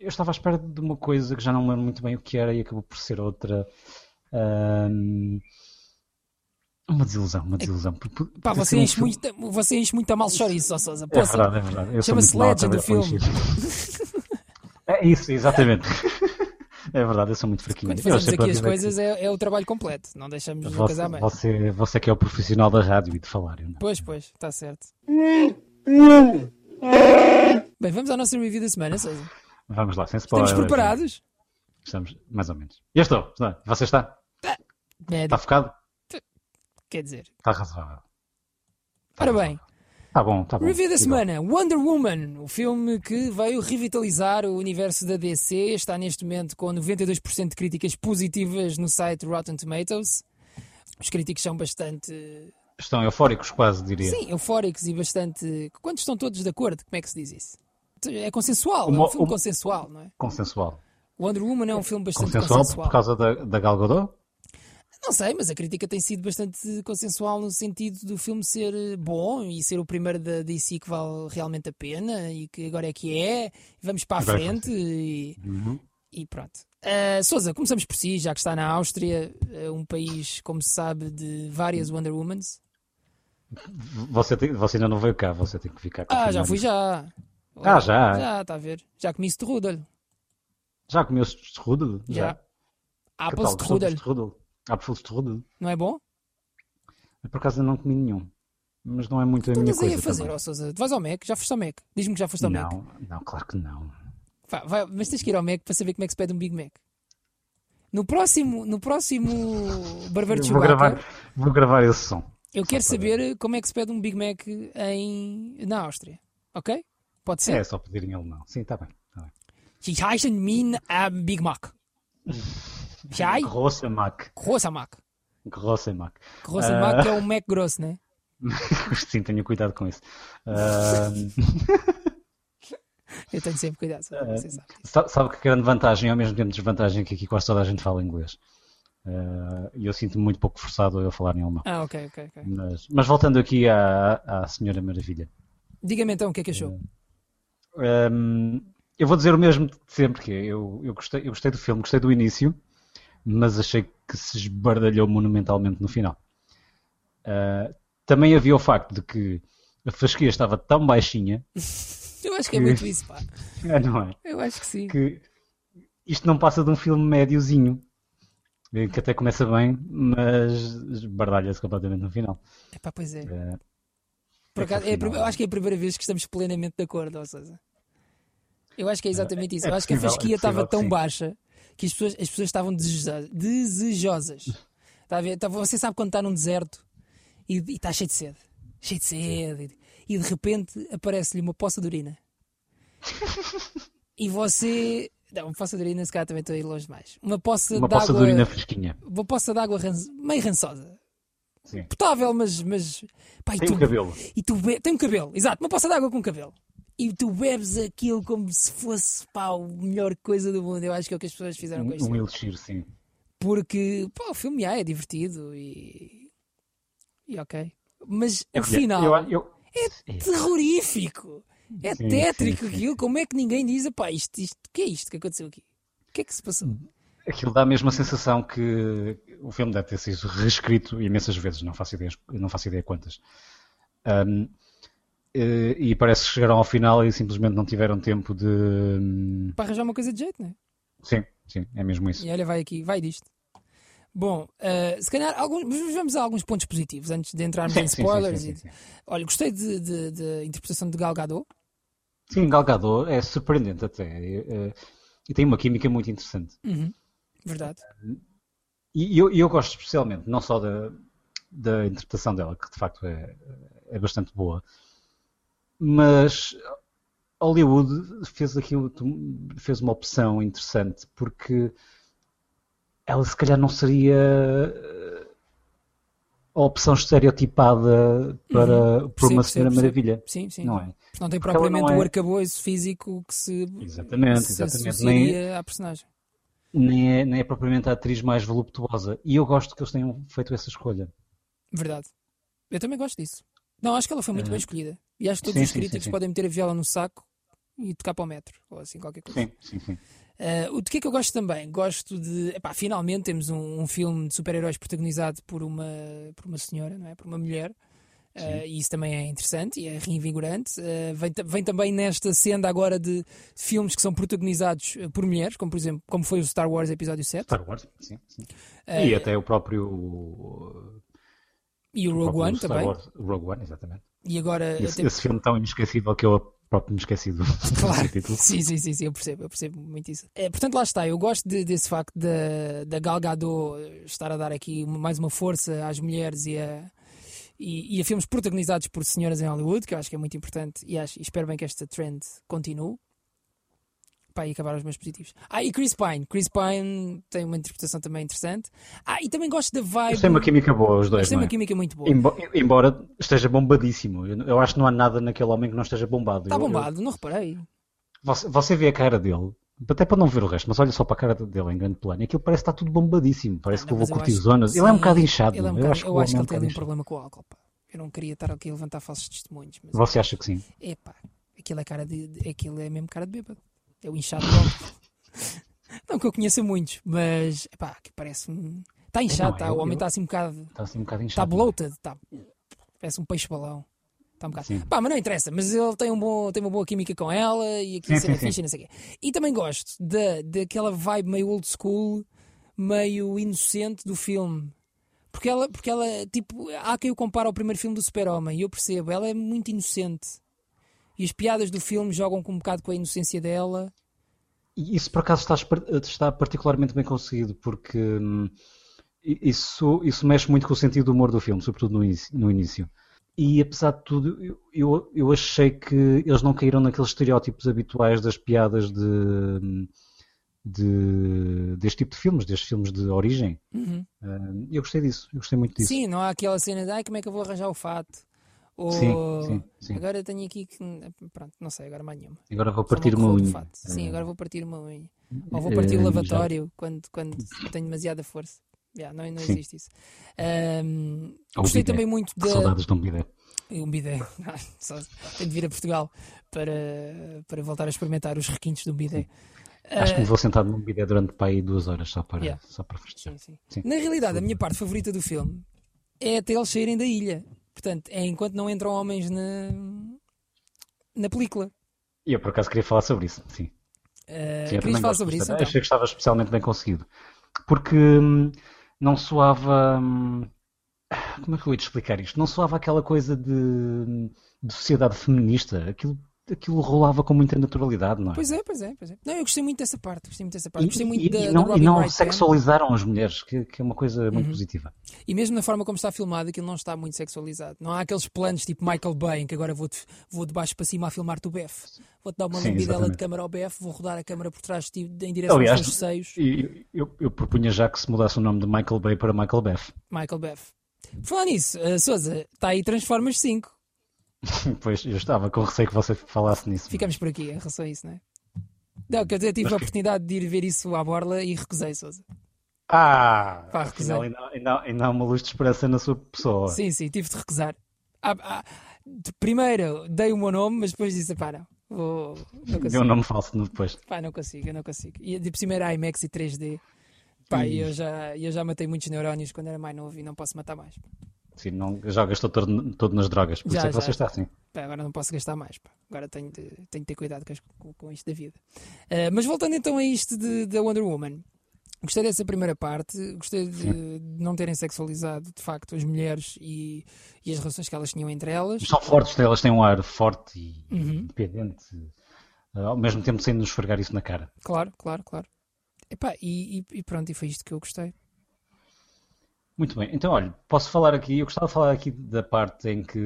[SPEAKER 3] Eu estava à espera de uma coisa que já não me lembro muito bem o que era e acabou por ser outra. ahm, uma desilusão, uma desilusão. Por- por-
[SPEAKER 2] É Pá,
[SPEAKER 3] por
[SPEAKER 2] você
[SPEAKER 3] ser um
[SPEAKER 2] enche,
[SPEAKER 3] filme-
[SPEAKER 2] muito, você enche muito a mal chouriço, ó Sousa.
[SPEAKER 3] É
[SPEAKER 2] Poça,
[SPEAKER 3] verdade, é verdade. Eu sou
[SPEAKER 2] assim, Chama-se
[SPEAKER 3] muito mau a
[SPEAKER 2] Legend o
[SPEAKER 3] trabalhar com isto. É isso, exatamente. [LAUGHS] É verdade, eu sou muito fraquinho.
[SPEAKER 2] quando
[SPEAKER 3] Eu
[SPEAKER 2] fazemos
[SPEAKER 3] sempre
[SPEAKER 2] aqui
[SPEAKER 3] digo
[SPEAKER 2] as
[SPEAKER 3] que
[SPEAKER 2] coisas é, é o trabalho completo, não deixamos uma
[SPEAKER 3] Você,
[SPEAKER 2] coisa à meia.
[SPEAKER 3] você, você que é o profissional da rádio e de falar, eu não.
[SPEAKER 2] Pois, pois, está certo. Bem, vamos à nossa review da semana, Sousa.
[SPEAKER 3] Vamos lá, sem spoilers.
[SPEAKER 2] Estamos preparados?
[SPEAKER 3] Estamos, mais ou menos. Eu estou. estou. Você está?
[SPEAKER 2] Médio,
[SPEAKER 3] Está focado?
[SPEAKER 2] quer dizer.
[SPEAKER 3] Está razoável. Tá,
[SPEAKER 2] Ora bem,
[SPEAKER 3] Está bom, está bom.
[SPEAKER 2] Review da
[SPEAKER 3] Igual.
[SPEAKER 2] semana: Wonder Woman, o filme que veio revitalizar o universo da DC, está neste momento com 92% de críticas positivas no site Rotten Tomatoes. Os críticos são bastante,
[SPEAKER 3] Estão eufóricos quase, diria.
[SPEAKER 2] sim, eufóricos e bastante. Quando estão todos de acordo, como é que se diz isso? É consensual, é
[SPEAKER 3] Uma-
[SPEAKER 2] um filme
[SPEAKER 3] uma-
[SPEAKER 2] consensual, não é?
[SPEAKER 3] Consensual.
[SPEAKER 2] Wonder Woman é um filme bastante
[SPEAKER 3] Consensual,
[SPEAKER 2] consensual.
[SPEAKER 3] por causa da, da Gal Gadot?
[SPEAKER 2] Não sei, mas a crítica tem sido bastante consensual no sentido do filme ser eh, bom e ser o primeiro da DC que vale realmente a pena e que agora é que é, vamos para a
[SPEAKER 3] Agora é que
[SPEAKER 2] frente e,
[SPEAKER 3] Uhum.
[SPEAKER 2] e pronto. Ah, Sousa, começamos por si, já que está na Áustria, eh, um país, como se sabe, de várias
[SPEAKER 3] Uhum.
[SPEAKER 2] Wonder Womans.
[SPEAKER 3] Você, tem- você ainda não veio cá, você tem que ficar
[SPEAKER 2] Ah, já
[SPEAKER 3] confirmado.
[SPEAKER 2] fui já.
[SPEAKER 3] Ah, já?
[SPEAKER 2] Já, está a ver. Já comi strudel.
[SPEAKER 3] Já comeu strudel?
[SPEAKER 2] Já.
[SPEAKER 3] Que tal?
[SPEAKER 2] Apple
[SPEAKER 3] Gostou do
[SPEAKER 2] strudel.
[SPEAKER 3] strudel? Apple strudel?
[SPEAKER 2] Não é bom?
[SPEAKER 3] Eu, Por acaso eu não comi nenhum. Mas não é muito a
[SPEAKER 2] Tu
[SPEAKER 3] minha
[SPEAKER 2] andas aí
[SPEAKER 3] coisa
[SPEAKER 2] a Então, fazer, ó
[SPEAKER 3] também.
[SPEAKER 2] Sousa. Tu vais ao Mac? Já foste ao Mac? Diz-me que já foste ao Mac.
[SPEAKER 3] Não, não, claro que não.
[SPEAKER 2] Vá, vai- mas tens que ir ao Mac para saber como é que se pede um Big Mac. No próximo, no
[SPEAKER 3] [LAUGHS]
[SPEAKER 2] próximo Barbeiro de
[SPEAKER 3] vou, gravar,
[SPEAKER 2] Chewbacca,
[SPEAKER 3] vou gravar esse som.
[SPEAKER 2] eu quero
[SPEAKER 3] para
[SPEAKER 2] saber como é que se pede um Big Mac em, na Áustria. Ok? Pode
[SPEAKER 3] É,
[SPEAKER 2] ser?
[SPEAKER 3] só pedir em alemão. Sim, está bem. Tá bem.
[SPEAKER 2] Sie heißen min am Big
[SPEAKER 3] [LAUGHS]
[SPEAKER 2] Mac. Sie
[SPEAKER 3] Grosse Mac.
[SPEAKER 2] großer Mac.
[SPEAKER 3] Grosse Mac.
[SPEAKER 2] Großer
[SPEAKER 3] Ah.
[SPEAKER 2] Mac é um Mac grosso, né?
[SPEAKER 3] Sim, tenha cuidado com isso. Ah,
[SPEAKER 2] Eu tenho sempre cuidado.
[SPEAKER 3] Ah.
[SPEAKER 2] sabe? Você sabe.
[SPEAKER 3] [LAUGHS] sa- sabe que grande vantagem e ao mesmo tempo desvantagem é que aqui quase toda a gente fala inglês. Ah, E eu sinto-me muito pouco forçado a eu falar em alemão.
[SPEAKER 2] Ah, ok, ok, ok.
[SPEAKER 3] Mas, mas voltando aqui à, à Senhora Maravilha.
[SPEAKER 2] Diga-me então o que é que achou.
[SPEAKER 3] Ah. Hum, eu vou dizer o mesmo de sempre, que é, eu, eu, gostei, eu gostei do filme, gostei do início, mas achei que se esbardalhou monumentalmente no final. Ah, também havia o facto de que a fasquia estava tão baixinha, [LAUGHS]
[SPEAKER 2] Eu acho que é muito isso, pá.
[SPEAKER 3] ah, não é?
[SPEAKER 2] Eu acho que sim.
[SPEAKER 3] Que isto não passa de um filme médiozinho, eh, que até começa bem, mas esbardalha-se completamente no final.
[SPEAKER 2] Epá, pois é.
[SPEAKER 3] Eh,
[SPEAKER 2] Por
[SPEAKER 3] É que
[SPEAKER 2] acaso,
[SPEAKER 3] no
[SPEAKER 2] é a prime-
[SPEAKER 3] final-
[SPEAKER 2] eu acho que é a primeira vez que estamos plenamente de acordo, ou seja, eu acho que é exatamente isso.
[SPEAKER 3] é
[SPEAKER 2] eu acho que a
[SPEAKER 3] possível, é
[SPEAKER 2] fasquia estava
[SPEAKER 3] possível que
[SPEAKER 2] tão
[SPEAKER 3] sim.
[SPEAKER 2] baixa que as pessoas, as pessoas estavam desejo-
[SPEAKER 3] [LAUGHS]
[SPEAKER 2] desejosas. Está a ver? Tá- Você sabe quando está num deserto e e está cheio de sede, cheio de sede, e de repente aparece-lhe uma poça de urina. e você. Não, uma poça de urina, se calhar também estou a ir longe demais. Uma poça
[SPEAKER 3] Uma
[SPEAKER 2] de
[SPEAKER 3] poça de urina
[SPEAKER 2] água.
[SPEAKER 3] fresquinha.
[SPEAKER 2] Uma poça de água ranço- meio rançosa.
[SPEAKER 3] Sim.
[SPEAKER 2] Potável, mas. mas... Pá, e
[SPEAKER 3] Tem
[SPEAKER 2] tu-
[SPEAKER 3] o cabelo.
[SPEAKER 2] e tu be... tem um cabelo, exato, uma poça de água com cabelo. E tu bebes aquilo como se fosse pá, a melhor coisa do mundo. Eu acho que é o que as pessoas fizeram com
[SPEAKER 3] Um, um
[SPEAKER 2] isto.
[SPEAKER 3] elixir, sim.
[SPEAKER 2] Porque pá, o filme já é divertido e. E ok. Mas É o
[SPEAKER 3] Eu-
[SPEAKER 2] final
[SPEAKER 3] É eu- eu-
[SPEAKER 2] é terrorífico. É
[SPEAKER 3] Sim,
[SPEAKER 2] tétrico
[SPEAKER 3] sim, sim.
[SPEAKER 2] aquilo. Como é que ninguém diz, pá, isto, isto, o que é isto que aconteceu aqui? O que é que se passou?
[SPEAKER 3] Hum. Aquilo dá a mesma sensação que o filme deve ter sido reescrito imensas vezes, não faço ideia, não faço ideia quantas. Ahm, eh, e parece que chegaram ao final e simplesmente não tiveram tempo de. hum,
[SPEAKER 2] Para arranjar uma coisa de jeito, não é?
[SPEAKER 3] Sim, sim, é mesmo isso.
[SPEAKER 2] E olha, vai aqui, vai disto. Bom, eh, se calhar alguns, vamos a alguns pontos positivos antes de entrarmos em
[SPEAKER 3] Sim, sim,
[SPEAKER 2] spoilers
[SPEAKER 3] sim,
[SPEAKER 2] e-
[SPEAKER 3] sim, sim, sim.
[SPEAKER 2] Olha, gostei de- de- da interpretação de Gal Gadot.
[SPEAKER 3] Sim, Gal Gadot é
[SPEAKER 2] Uhum.
[SPEAKER 3] surpreendente até. eh, eh, E tem uma química muito interessante.
[SPEAKER 2] Verdade.
[SPEAKER 3] E eu, e eu gosto especialmente, não só da, da interpretação dela, que de facto é, é bastante boa, mas Hollywood fez aquilo, fez uma opção interessante, porque ela se calhar não seria a opção estereotipada para,
[SPEAKER 2] Uhum.
[SPEAKER 3] para
[SPEAKER 2] Percebo,
[SPEAKER 3] uma Senhora
[SPEAKER 2] percebo,
[SPEAKER 3] Maravilha,
[SPEAKER 2] Sim, sim.
[SPEAKER 3] não é?
[SPEAKER 2] Não tem
[SPEAKER 3] Porque ela
[SPEAKER 2] propriamente
[SPEAKER 3] não é-
[SPEAKER 2] o arcabouço físico que se,
[SPEAKER 3] Exatamente,
[SPEAKER 2] se
[SPEAKER 3] exatamente. Nem-
[SPEAKER 2] associaria à personagem.
[SPEAKER 3] nem é, nem é propriamente a atriz mais voluptuosa. E eu gosto que eles tenham feito essa escolha.
[SPEAKER 2] Verdade. Eu também gosto disso. Não, acho que ela foi muito
[SPEAKER 3] Eh,
[SPEAKER 2] bem escolhida. E acho que todos
[SPEAKER 3] sim,
[SPEAKER 2] os
[SPEAKER 3] sim, sim,
[SPEAKER 2] críticos
[SPEAKER 3] sim.
[SPEAKER 2] podem meter a viola no saco e tocar para o metro, ou assim, qualquer coisa.
[SPEAKER 3] sim, sim.
[SPEAKER 2] Eh, o de que é que eu gosto também? Gosto de. Epá, finalmente temos um, um filme de super-heróis protagonizado por uma, por uma senhora, não é? Por uma mulher. Eh, e isso também é interessante e é reinvigorante. Eh, vem, ta- vem também nesta senda agora de filmes que são protagonizados eh, por mulheres, como por exemplo, como foi o Star Wars Episódio 7
[SPEAKER 3] Star Wars, sim, sim.
[SPEAKER 2] eh,
[SPEAKER 3] E é até o próprio.
[SPEAKER 2] e o
[SPEAKER 3] o
[SPEAKER 2] Rogue
[SPEAKER 3] próprio
[SPEAKER 2] One
[SPEAKER 3] Star
[SPEAKER 2] também. É,
[SPEAKER 3] Wars- Rogue One, exatamente.
[SPEAKER 2] E agora
[SPEAKER 3] Esse,
[SPEAKER 2] até-
[SPEAKER 3] esse filme tão inesquecível que eu próprio me esqueci do
[SPEAKER 2] [LAUGHS] Claro,
[SPEAKER 3] do título.
[SPEAKER 2] sim, sim, sim, sim, eu percebo, eu percebo muito isso. É, portanto, lá está, eu gosto de- desse facto da, da Gal Gadot estar a dar aqui mais uma força às mulheres e a, e, e a filmes protagonizados por senhoras em Hollywood, que eu acho que é muito importante e, acho, e espero bem que esta trend continue. Pá, e acabar os meus positivos. Ah, e Chris Pine. Chris Pine tem uma interpretação também interessante. Ah, e também gosto da vibe.
[SPEAKER 3] Eles têm é uma química boa, os
[SPEAKER 2] Eles
[SPEAKER 3] dois,
[SPEAKER 2] têm
[SPEAKER 3] não
[SPEAKER 2] uma
[SPEAKER 3] é?
[SPEAKER 2] química muito boa.
[SPEAKER 3] Embo- Embora esteja bombadíssimo. Eu eu acho que não há nada naquele homem que não esteja bombado.
[SPEAKER 2] Está
[SPEAKER 3] Eu- eu-
[SPEAKER 2] Tá bombado, não reparei.
[SPEAKER 3] Você, você vê a cara dele, até para não ver o resto, mas olha só para a cara dele em grande plano, aquilo parece que está tudo bombadíssimo, parece
[SPEAKER 2] Ah,
[SPEAKER 3] que
[SPEAKER 2] não,
[SPEAKER 3] levou
[SPEAKER 2] mas eu acho-
[SPEAKER 3] cortisonas. Ele é um
[SPEAKER 2] sim,
[SPEAKER 3] bocado inchado,
[SPEAKER 2] Ele é um
[SPEAKER 3] não é?
[SPEAKER 2] bocado-
[SPEAKER 3] eu acho que o
[SPEAKER 2] eu acho que
[SPEAKER 3] homem é um
[SPEAKER 2] ele tem
[SPEAKER 3] bocado
[SPEAKER 2] ali um
[SPEAKER 3] inchado.
[SPEAKER 2] problema com o álcool, pá. Eu não queria estar aqui a levantar falsos testemunhos, mas
[SPEAKER 3] Você acha que sim?
[SPEAKER 2] epá, aquilo é cara de. de- Aquilo é mesmo cara de bêbado. É o inchado do álcool.
[SPEAKER 3] [LAUGHS]
[SPEAKER 2] Não que eu conheça muitos, mas epá, que parece-me. Está inchado,
[SPEAKER 3] Não,
[SPEAKER 2] tá,
[SPEAKER 3] eu-
[SPEAKER 2] o homem
[SPEAKER 3] eu-
[SPEAKER 2] está assim um bocado.
[SPEAKER 3] Está assim um bocado
[SPEAKER 2] Está
[SPEAKER 3] inchado. não é?
[SPEAKER 2] bloated, está. Parece um peixe-balão. Está um bocado.
[SPEAKER 3] Sim.
[SPEAKER 2] Pá, mas não interessa, mas ele tem, um bom, tem uma boa química com ela e aqui
[SPEAKER 3] Sim,
[SPEAKER 2] a cena é
[SPEAKER 3] sim, sim.
[SPEAKER 2] fixe e não sei o quê. E também gosto da, daquela vibe meio old school, meio inocente do filme. Porque ela, porque ela, tipo, há quem o compara ao primeiro filme do Super-Homem, e eu percebo, ela é muito inocente. E as piadas do filme jogam com um bocado com a inocência dela.
[SPEAKER 3] E isso por acaso está, espar- está particularmente bem conseguido, porque hum, i- isso, isso mexe muito com o sentido do humor do filme, sobretudo no início. no início. E apesar de tudo, eu- eu, eu achei que eles não caíram naqueles estereótipos habituais das piadas de, hum, de- deste tipo de filmes, destes filmes de origem. Hum, Eu gostei disso, eu gostei muito disso.
[SPEAKER 2] Uhum. Sim, não há aquela cena de ai, como é que eu vou arranjar o fato? Ou
[SPEAKER 3] Sim, sim, sim.
[SPEAKER 2] agora tenho aqui que. Pronto, não sei, agora mais nenhuma.
[SPEAKER 3] Agora vou
[SPEAKER 2] Só
[SPEAKER 3] partir
[SPEAKER 2] me
[SPEAKER 3] uma
[SPEAKER 2] ocorreu do
[SPEAKER 3] unha.
[SPEAKER 2] fato. Sim,
[SPEAKER 3] Eh,
[SPEAKER 2] agora vou partir uma unha. Ou vou partir
[SPEAKER 3] eh,
[SPEAKER 2] o
[SPEAKER 3] já-
[SPEAKER 2] lavatório quando, quando tenho demasiada força. Já, não, não
[SPEAKER 3] Sim.
[SPEAKER 2] existe isso. Ahm,
[SPEAKER 3] Ou
[SPEAKER 2] gostei
[SPEAKER 3] bidé.
[SPEAKER 2] também muito
[SPEAKER 3] Que
[SPEAKER 2] da.
[SPEAKER 3] saudades de um bidé.
[SPEAKER 2] Um bidé. Ah, Só tenho de vir a Portugal para, para voltar a experimentar os requintes do bidé. Ah,
[SPEAKER 3] Acho que me vou sentar num bidé durante para aí duas horas só para,
[SPEAKER 2] Eh, Yeah.
[SPEAKER 3] só para festejar.
[SPEAKER 2] Sim, sim.
[SPEAKER 3] Sim.
[SPEAKER 2] Na realidade, a minha parte favorita do filme é até eles saírem da ilha. Portanto, é enquanto não entram homens na, na película.
[SPEAKER 3] E eu por acaso queria falar sobre isso, sim.
[SPEAKER 2] Ah,
[SPEAKER 3] Sim,
[SPEAKER 2] querias
[SPEAKER 3] eu também
[SPEAKER 2] falar
[SPEAKER 3] gosto
[SPEAKER 2] sobre isso?
[SPEAKER 3] bastante.
[SPEAKER 2] Então?
[SPEAKER 3] Achei que estava especialmente bem conseguido. Porque hum, não soava. hum, Como é que eu ia te explicar isto? Não soava aquela coisa de, hum, de sociedade feminista. Aquilo, aquilo rolava com muita naturalidade, não é?
[SPEAKER 2] Pois é, pois é, pois é. Não, eu gostei muito dessa parte, gostei muito dessa parte.
[SPEAKER 3] E-
[SPEAKER 2] Gostei muito
[SPEAKER 3] e,
[SPEAKER 2] da,
[SPEAKER 3] e
[SPEAKER 2] do
[SPEAKER 3] não, e
[SPEAKER 2] Robin Wright é?
[SPEAKER 3] não
[SPEAKER 2] Uhum. Penn.
[SPEAKER 3] sexualizaram as mulheres, que, que é uma coisa muito positiva.
[SPEAKER 2] E mesmo na forma como está filmado, aquilo não está muito sexualizado. Não há aqueles planos tipo Michael Bay, em que agora vou, -te, vou de baixo para cima a filmar-te o BF. Vou-te dar uma
[SPEAKER 3] Sim,
[SPEAKER 2] lambidela de
[SPEAKER 3] exatamente.
[SPEAKER 2] câmara ao BF, vou rodar a câmara por trás de ti em direção
[SPEAKER 3] Aliás,
[SPEAKER 2] aos teus seios.
[SPEAKER 3] E eu, eu propunha já que se mudasse o nome de Michael Bay para Michael Beth.
[SPEAKER 2] Michael BF. Falando nisso, eh, Sousa, está aí Transformers 5.
[SPEAKER 3] [LAUGHS] Pois eu estava com receio que você falasse nisso.
[SPEAKER 2] Ficamos por aqui em relação a isso, não é? Não, que eu até tive a oportunidade de ir ver isso à borla e recusei, Sousa.
[SPEAKER 3] Ah!
[SPEAKER 2] Pá, recusei.
[SPEAKER 3] afinal, ainda, ainda, ainda há uma luz de esperança na sua pessoa.
[SPEAKER 2] Sim, sim, tive de recusar. Ah, ah, de- primeiro dei o meu nome, mas depois disse: pá, não, vou, não
[SPEAKER 3] Deu um
[SPEAKER 2] consigo.
[SPEAKER 3] nome falso no depois.
[SPEAKER 2] Pá, não consigo, eu não consigo. E de cima era IMAX e 3D. Pá, e eu já, eu já matei muitos neurónios quando era mais novo e não posso matar mais.
[SPEAKER 3] Sim, não, já gastou todo, todo nas drogas, por
[SPEAKER 2] Já,
[SPEAKER 3] isso é que
[SPEAKER 2] já.
[SPEAKER 3] você está assim.
[SPEAKER 2] Pá, agora não posso gastar mais. Pá. Agora tenho de, tenho de ter cuidado com, as- com- com isto da vida. Ah, mas voltando então a isto de- da Wonder Woman. Gostei dessa primeira parte, gostei de, de não terem sexualizado de facto as mulheres e, e as relações que elas tinham entre elas.
[SPEAKER 3] Mas são fortes, elas têm um ar forte e
[SPEAKER 2] Uhum.
[SPEAKER 3] independente, eh, ao mesmo tempo sem nos esfregar isso na cara.
[SPEAKER 2] Claro, claro, claro. Epá, e, e- e pronto, e foi isto que eu gostei.
[SPEAKER 3] Muito bem, então olha, posso falar aqui, eu gostava de falar aqui da parte em que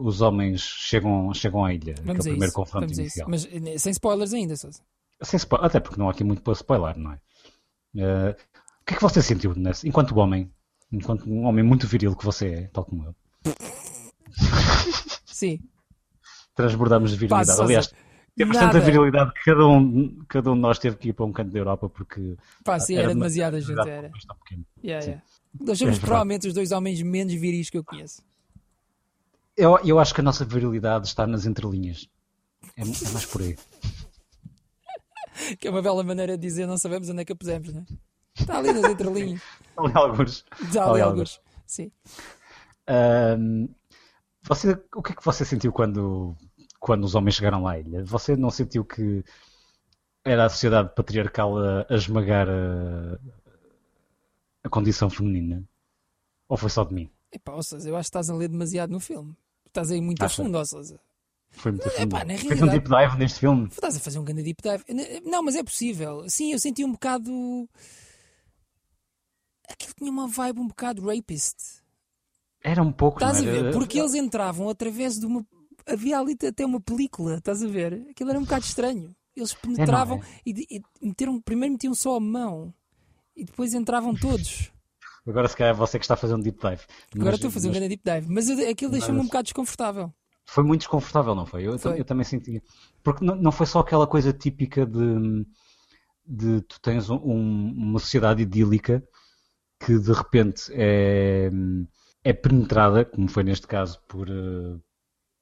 [SPEAKER 3] os homens chegam, chegam à ilha, aquele
[SPEAKER 2] Vamos a
[SPEAKER 3] primeiro
[SPEAKER 2] isso.
[SPEAKER 3] confronto
[SPEAKER 2] Vamos a isso.
[SPEAKER 3] inicial.
[SPEAKER 2] Mas eh, sem spoilers ainda, Sousa.
[SPEAKER 3] Sem spo- Até porque não há aqui muito para spoiler, não é? Eh, o que é que você sentiu, nesse, enquanto homem, enquanto um homem muito viril que você é, tal como eu,
[SPEAKER 2] Sim.
[SPEAKER 3] transbordamos de virilidade.
[SPEAKER 2] Passa,
[SPEAKER 3] Aliás, temos
[SPEAKER 2] Nada.
[SPEAKER 3] tanta virilidade que cada um, cada um de nós teve que ir para um canto da Europa porque
[SPEAKER 2] Pá, sim,
[SPEAKER 3] Era
[SPEAKER 2] era
[SPEAKER 3] uma-
[SPEAKER 2] demasiada gente,
[SPEAKER 3] virilidade
[SPEAKER 2] era.
[SPEAKER 3] está pequeno.
[SPEAKER 2] Yeah,
[SPEAKER 3] Sim.
[SPEAKER 2] yeah. Nós somos
[SPEAKER 3] É verdade.
[SPEAKER 2] provavelmente os dois homens menos viris que eu conheço.
[SPEAKER 3] Eu, eu acho que a nossa virilidade está nas entrelinhas. É, é mais por aí.
[SPEAKER 2] Que é uma bela maneira de dizer não sabemos onde é que a pusemos, não é? Está ali nas
[SPEAKER 3] [LAUGHS]
[SPEAKER 2] entrelinhas.
[SPEAKER 3] Há ali alguns.
[SPEAKER 2] Está ali alguns. Sim.
[SPEAKER 3] Ahm, você, o que é que você sentiu quando, quando os homens chegaram lá à ilha? Você não sentiu que era a sociedade patriarcal a, a esmagar a, a condição feminina? Ou foi só de mim?
[SPEAKER 2] Epá, ó Sousa, eu acho que estás a ler demasiado no filme. Estás aí muito a
[SPEAKER 3] Acho.
[SPEAKER 2] fundo, ó Sousa.
[SPEAKER 3] Foi muito fundo.
[SPEAKER 2] pá, na
[SPEAKER 3] Fez um
[SPEAKER 2] realidade-
[SPEAKER 3] deep dive neste filme?
[SPEAKER 2] Estás a fazer um grande deep dive. N- Não, mas é possível. Sim, eu senti um bocado. Aquilo tinha uma vibe um bocado rapist.
[SPEAKER 3] Era um pouco.
[SPEAKER 2] Estás a
[SPEAKER 3] não era?
[SPEAKER 2] ver? Porque eles entravam através de uma. Havia ali até uma película, estás a ver? Aquilo era um bocado estranho. Eles
[SPEAKER 3] É,
[SPEAKER 2] penetravam e de- e, meteram. Primeiro metiam só a mão e depois entravam todos.
[SPEAKER 3] Agora, se calhar, é você que está a fazer um deep dive.
[SPEAKER 2] Agora
[SPEAKER 3] Mas-
[SPEAKER 2] estou a fazer um
[SPEAKER 3] mas-
[SPEAKER 2] grande deep dive. Mas eu- aquilo deixou-me um bocado desconfortável.
[SPEAKER 3] Foi muito desconfortável, não foi? Eu,
[SPEAKER 2] Foi.
[SPEAKER 3] eu também senti. Porque não, não foi só aquela coisa típica de, de tu tens um- um- uma sociedade idílica que de repente é, é penetrada, como foi neste caso, por eh,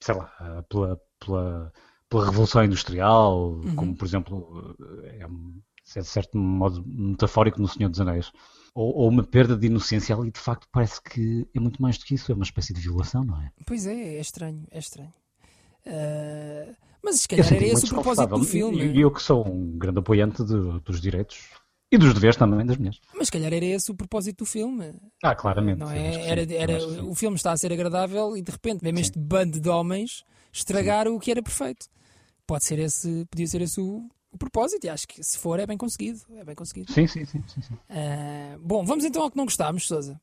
[SPEAKER 3] sei lá, eh, pela, pela, pela Revolução Industrial, como por exemplo, eh, é, um- é de certo modo metafórico no Senhor dos Anéis. Ou, ou uma perda de inocência ali, de facto, parece que é muito mais do que isso, é uma espécie de violação, não é?
[SPEAKER 2] Pois é, é estranho, é estranho. Ah, mas se
[SPEAKER 3] Eu
[SPEAKER 2] calhar era
[SPEAKER 3] senti
[SPEAKER 2] esse
[SPEAKER 3] muito
[SPEAKER 2] o propósito
[SPEAKER 3] desconfortável.
[SPEAKER 2] do
[SPEAKER 3] é E e
[SPEAKER 2] filme.
[SPEAKER 3] eu que sou um grande apoiante de- dos direitos e dos deveres também das mulheres.
[SPEAKER 2] Mas se calhar era esse o propósito do filme.
[SPEAKER 3] Ah, claramente.
[SPEAKER 2] Não
[SPEAKER 3] eu acho
[SPEAKER 2] é?
[SPEAKER 3] que
[SPEAKER 2] Era,
[SPEAKER 3] sim,
[SPEAKER 2] era-
[SPEAKER 3] eu acho que sim.
[SPEAKER 2] o filme está a ser agradável e de repente mesmo este bando de homens estragar o que era perfeito. Pode ser esse, podia ser esse o, o propósito, e acho que se for é bem conseguido. É bem conseguido.
[SPEAKER 3] Sim, sim, sim, sim, sim.
[SPEAKER 2] Ah, bom, vamos então ao que não gostámos, Sousa.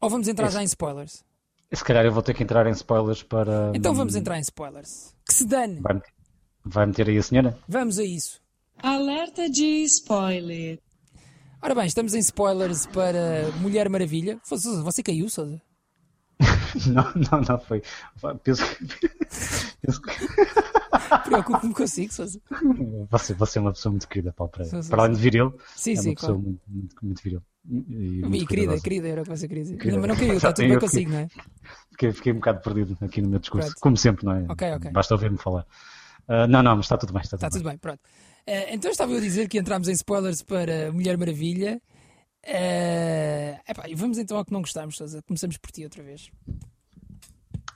[SPEAKER 2] Ou vamos entrar já em spoilers?
[SPEAKER 3] Se calhar eu vou ter que entrar em spoilers para.
[SPEAKER 2] Então vamos entrar em spoilers. Que se dane!
[SPEAKER 3] Vai, vai meter aí a senhora? [LAUGHS]
[SPEAKER 2] Vamos a isso.
[SPEAKER 4] Alerta de spoiler.
[SPEAKER 2] Ora bem, estamos em spoilers para Mulher Maravilha. Fô, Sousa, você caiu, Sousa?
[SPEAKER 3] Não, não, não foi. Vai, Penso que. [LAUGHS] penso que-
[SPEAKER 2] Preocupo-me consigo, Sousa.
[SPEAKER 3] Você, você é uma pessoa muito querida, Paulo Pereira.
[SPEAKER 2] Sim, sim,
[SPEAKER 3] Para além de viril,
[SPEAKER 2] Sim,
[SPEAKER 3] é uma
[SPEAKER 2] sim,
[SPEAKER 3] pessoa
[SPEAKER 2] claro.
[SPEAKER 3] muito, muito, muito viril. E, muito
[SPEAKER 2] E querida,
[SPEAKER 3] cuidadosa.
[SPEAKER 2] querida, era o que você queria dizer.
[SPEAKER 3] Querida.
[SPEAKER 2] Mas não caiu,
[SPEAKER 3] [LAUGHS] Já
[SPEAKER 2] está tudo
[SPEAKER 3] tenho
[SPEAKER 2] bem
[SPEAKER 3] aqui.
[SPEAKER 2] consigo, não é?
[SPEAKER 3] Fiquei, fiquei um bocado perdido aqui no meu discurso,
[SPEAKER 2] Pronto.
[SPEAKER 3] como sempre, não é?
[SPEAKER 2] Ok, ok.
[SPEAKER 3] Basta ouvir-me falar. Ah, não, não, mas está tudo bem, está tudo
[SPEAKER 2] Está
[SPEAKER 3] bem.
[SPEAKER 2] Tá tudo bem, pronto. Eh, então estava eu a dizer que entramos em spoilers para Mulher Maravilha. Eh, epá, e vamos então ao que não gostamos, Sousa. Começamos por ti outra vez.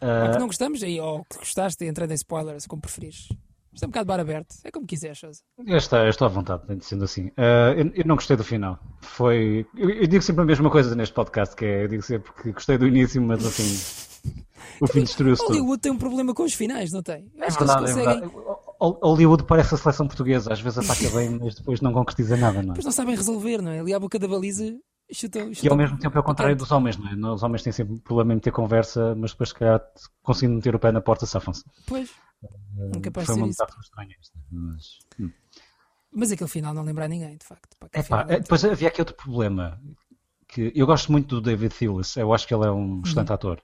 [SPEAKER 3] Eh,
[SPEAKER 2] Ao que não gostamos, aí, ou que gostaste, entrando em spoilers, como preferires. Isto é um bocado bar aberto, é como quiseres, Sousa.
[SPEAKER 3] Eu estou, eu estou à vontade, sendo assim. Ah, eu, eu não gostei do final. Foi. Eu, eu digo sempre a mesma coisa neste podcast, que é. Eu digo sempre que gostei do início, mas no fim. O fim destruiu-se tudo.
[SPEAKER 2] Hollywood tem um problema com os finais, não tem? Eu
[SPEAKER 3] É
[SPEAKER 2] acho
[SPEAKER 3] verdade,
[SPEAKER 2] que
[SPEAKER 3] é
[SPEAKER 2] eles
[SPEAKER 3] verdade.
[SPEAKER 2] conseguem.
[SPEAKER 3] Hol- Hollywood parece a seleção portuguesa, às vezes ataca bem, mas depois não concretiza nada, não é?
[SPEAKER 2] Mas não sabem resolver, não é? Ali à boca da baliza, chutam.
[SPEAKER 3] E
[SPEAKER 2] chutam
[SPEAKER 3] ao mesmo tempo é o contrário
[SPEAKER 2] para
[SPEAKER 3] dos homens, não é? Nós, Os homens têm sempre problema em ter conversa, mas depois, se calhar, conseguindo meter o pé na porta, safam-se. Ah,
[SPEAKER 2] canto. Pois. Nunca pode
[SPEAKER 3] Eh, Foi
[SPEAKER 2] ser
[SPEAKER 3] uma
[SPEAKER 2] isso.
[SPEAKER 3] metáfora estranha esta, mas. hum.
[SPEAKER 2] Mas aquele final não lembra a ninguém, de facto. Pá, aquele
[SPEAKER 3] Epá,
[SPEAKER 2] final-
[SPEAKER 3] eh, depois havia aqui outro problema. Que eu gosto muito do David Thewlis, eu acho que ele é
[SPEAKER 2] Uhum.
[SPEAKER 3] um excelente ator.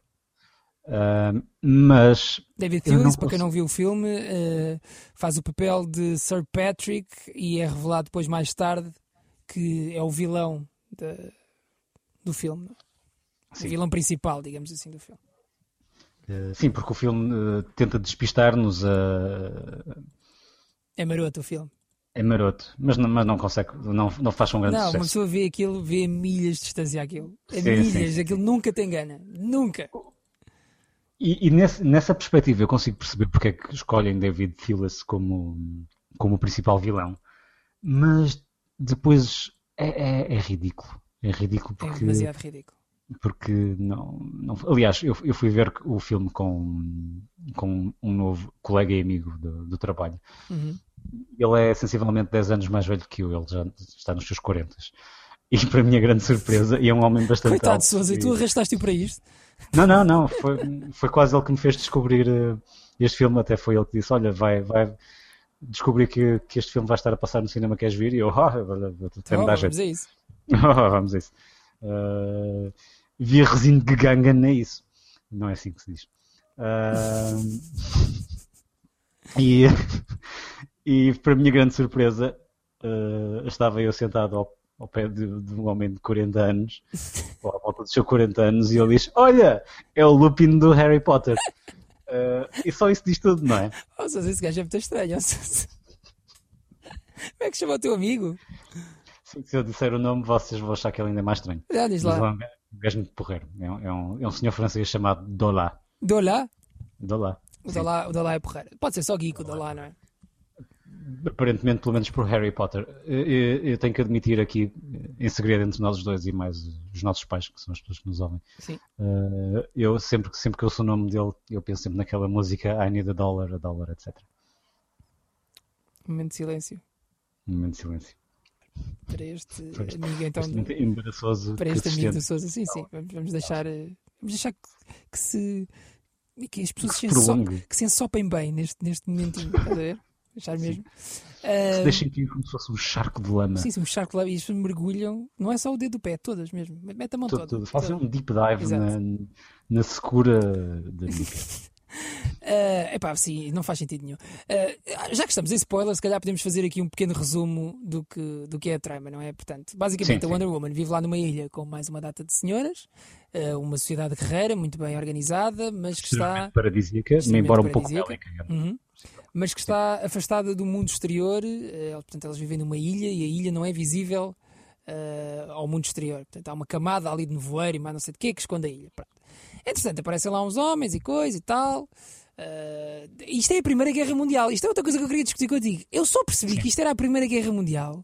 [SPEAKER 3] Ahm, mas
[SPEAKER 2] David
[SPEAKER 3] Eu não
[SPEAKER 2] Thewlis, para quem
[SPEAKER 3] consigo.
[SPEAKER 2] não viu o filme, eh, faz o papel de Sir Patrick e é revelado depois mais tarde que é o vilão da- do filme. não é? O
[SPEAKER 3] Sim.
[SPEAKER 2] vilão principal, digamos assim, do filme.
[SPEAKER 3] eh, sim, porque o filme eh, tenta despistar-nos a.
[SPEAKER 2] É maroto o filme.
[SPEAKER 3] É maroto, mas não, mas não consegue, não, não faz um grande
[SPEAKER 2] não, uma
[SPEAKER 3] sucesso.
[SPEAKER 2] pessoa vê aquilo, vê a milhas de distância aquilo. A
[SPEAKER 3] Sim,
[SPEAKER 2] milhas,
[SPEAKER 3] sim, sim.
[SPEAKER 2] aquilo nunca tem gana. Nunca. É
[SPEAKER 3] E, e nesse- nessa perspectiva eu consigo perceber porque é que escolhem David Thewlis como, como o principal vilão, mas depois é, é- é ridículo. É ridículo
[SPEAKER 2] É
[SPEAKER 3] porque.
[SPEAKER 2] demasiado ridículo.
[SPEAKER 3] porque não, não- aliás, eu, eu fui ver o filme com, com um novo colega e amigo do, do trabalho.
[SPEAKER 2] Uhum.
[SPEAKER 3] Ele é sensivelmente 10 anos mais velho que eu, ele já está nos seus 40. E para a minha grande surpresa, e é um homem bastante
[SPEAKER 2] Coitado
[SPEAKER 3] alto.
[SPEAKER 2] de Sousa, e tu arrastaste-o para isto?
[SPEAKER 3] É Não, não, não. Foi, foi quase ele que me fez descobrir eh, este filme. Até foi ele que disse: Olha, vai, vai descobrir que, que este filme vai estar a passar no cinema. Queres vir? E eu, ah, até me
[SPEAKER 2] Oh,
[SPEAKER 3] dá
[SPEAKER 2] vamos
[SPEAKER 3] jeito.
[SPEAKER 2] a isso.
[SPEAKER 3] Ah, [LAUGHS] vamos a isso. Ah, via resino de ganga, não é isso. Não é assim que se diz. Ah, [LAUGHS] e, [LAUGHS] e, para minha grande surpresa, ah, estava eu sentado ao, ao pé de, de um homem de 40 anos, ou à volta dos seus 40 anos, e ele diz: Olha, é o Lupin do Harry Potter. Ah, e só isso diz tudo, não é?
[SPEAKER 2] Oh, Sousa, esse gajo é muito estranho. oh, Sousa. Como é que chama o teu amigo?
[SPEAKER 3] Se se eu disser o nome, vocês vão achar que ele ainda é mais estranho.
[SPEAKER 2] Já diz
[SPEAKER 3] Mas é
[SPEAKER 2] lá.
[SPEAKER 3] um gajo muito porreiro. É um, é um- é um senhor francês chamado Dola.
[SPEAKER 2] Dolá?
[SPEAKER 3] Dola.
[SPEAKER 2] O Dolá, o Dolá é porreira. Pode ser só geek o Dolá, não é?
[SPEAKER 3] Aparentemente, pelo menos por Harry Potter. Eu, eu- eu tenho que admitir aqui, em segredo entre nós os dois e mais os nossos pais, que são as pessoas que nos ouvem,
[SPEAKER 2] Sim.
[SPEAKER 3] eh, eu sempre, que- sempre que eu sou o nome dele, eu penso sempre naquela música I Need a Dollar, a Dollar, etc.
[SPEAKER 2] Momento de silêncio.
[SPEAKER 3] Um momento de silêncio.
[SPEAKER 2] Para este
[SPEAKER 3] Para este- é
[SPEAKER 2] amigo, então.
[SPEAKER 3] Bastante embaraçoso.
[SPEAKER 2] para
[SPEAKER 3] que
[SPEAKER 2] este
[SPEAKER 3] se
[SPEAKER 2] amigo do
[SPEAKER 3] estende.
[SPEAKER 2] Sousa. Sim, sim. Vamos, vamos deixar, eh, vamos deixar que, que se. que as pessoas
[SPEAKER 3] Que se
[SPEAKER 2] enso-
[SPEAKER 3] prolongue.
[SPEAKER 2] que se ensopem bem neste, neste
[SPEAKER 3] [LAUGHS]
[SPEAKER 2] momentinho, estás a ver? Deixar mesmo.
[SPEAKER 3] Que
[SPEAKER 2] Ah,
[SPEAKER 3] se deixa aqui como se fosse um charco de lama.
[SPEAKER 2] sim, sim, um charco lá e as pessoas mergulham. Não é só o dedo do pé, todas mesmo. Mete a mão
[SPEAKER 3] Tudo,
[SPEAKER 2] toda.
[SPEAKER 3] tudo. Fazem
[SPEAKER 2] toda.
[SPEAKER 3] um deep dive
[SPEAKER 2] Exato.
[SPEAKER 3] na, na secura
[SPEAKER 2] [LAUGHS]
[SPEAKER 3] da Nica.
[SPEAKER 2] Ah, epá, sim, não faz sentido nenhum. Ah, já que estamos em spoilers, se calhar podemos fazer aqui um pequeno resumo do que, do que é a trama, não é? Portanto, basicamente,
[SPEAKER 3] Sim,
[SPEAKER 2] a
[SPEAKER 3] sim.
[SPEAKER 2] Wonder Woman vive lá numa ilha com mais uma data de senhoras, ah, uma sociedade guerreira, muito bem organizada, mas que está.
[SPEAKER 3] Extremamente paradisíaca,
[SPEAKER 2] Extremamente
[SPEAKER 3] embora um pouco
[SPEAKER 2] paradisíaca.
[SPEAKER 3] bélica.
[SPEAKER 2] Uhum. Mas que está afastada do mundo exterior, eh, portanto, elas vivem numa ilha e a ilha não é visível eh, ao mundo exterior. Portanto, há uma camada ali de nevoeiro e mais não sei de quê que esconde a ilha. Pronto. Entretanto, aparecem lá uns homens e coisa e tal. Eh, isto é a Primeira Guerra Mundial. Isto é outra coisa que eu queria discutir contigo. Eu só percebi que isto era a Primeira Guerra Mundial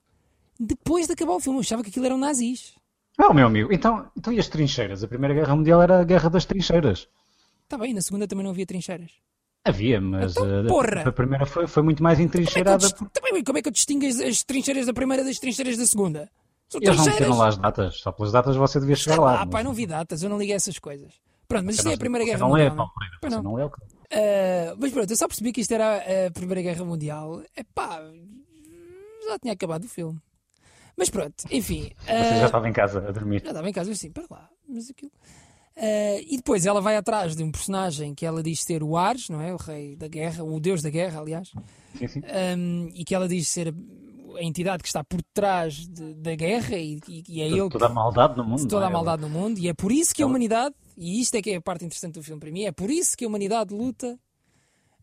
[SPEAKER 2] depois de acabar o filme. Eu achava que aquilo eram nazis.
[SPEAKER 3] Ah, meu amigo, então, então e as trincheiras? A Primeira Guerra Mundial era a Guerra das Trincheiras.
[SPEAKER 2] Está Tá bem, na segunda também não havia trincheiras.
[SPEAKER 3] Havia, mas
[SPEAKER 2] Então,
[SPEAKER 3] eh,
[SPEAKER 2] porra!
[SPEAKER 3] a, a primeira foi, foi muito mais
[SPEAKER 2] Como é que eu
[SPEAKER 3] entrincheirada.
[SPEAKER 2] dis- também, como é que eu distingo as, as trincheiras da primeira das trincheiras da segunda? São
[SPEAKER 3] Eles não
[SPEAKER 2] trincheiras.
[SPEAKER 3] meteram lá as datas, só pelas datas você devia chegar lá.
[SPEAKER 2] Ah,
[SPEAKER 3] mas-
[SPEAKER 2] pá, não vi datas, eu não ligo a essas coisas. Pronto, mas isto é a Primeira
[SPEAKER 3] você
[SPEAKER 2] Guerra
[SPEAKER 3] não
[SPEAKER 2] Mundial.
[SPEAKER 3] É,
[SPEAKER 2] não é?
[SPEAKER 3] Paulo Pereira,
[SPEAKER 2] Pois
[SPEAKER 3] você
[SPEAKER 2] não.
[SPEAKER 3] não é o que-
[SPEAKER 2] Ah, mas pronto, eu só percebi que isto era a Primeira Guerra Mundial. Epá, já tinha acabado o filme. Mas pronto, enfim.
[SPEAKER 3] Você
[SPEAKER 2] ah,
[SPEAKER 3] já tá. estava em casa a dormir.
[SPEAKER 2] já estava em casa, eu assim, para lá, mas aquilo. Ah, e depois ela vai atrás de um personagem que ela diz ser o Ares, não é? O rei da guerra, o deus da guerra, aliás.
[SPEAKER 3] Sim, sim.
[SPEAKER 2] eh, Ahm, e que ela diz ser a, a entidade que está por trás de- da guerra e, e- e é ele que
[SPEAKER 3] Toda a maldade no mundo.
[SPEAKER 2] toda
[SPEAKER 3] não
[SPEAKER 2] a
[SPEAKER 3] é? Então-
[SPEAKER 2] maldade no mundo e é por isso que a humanidade e isto é que é a parte interessante do filme para mim é por isso que a humanidade luta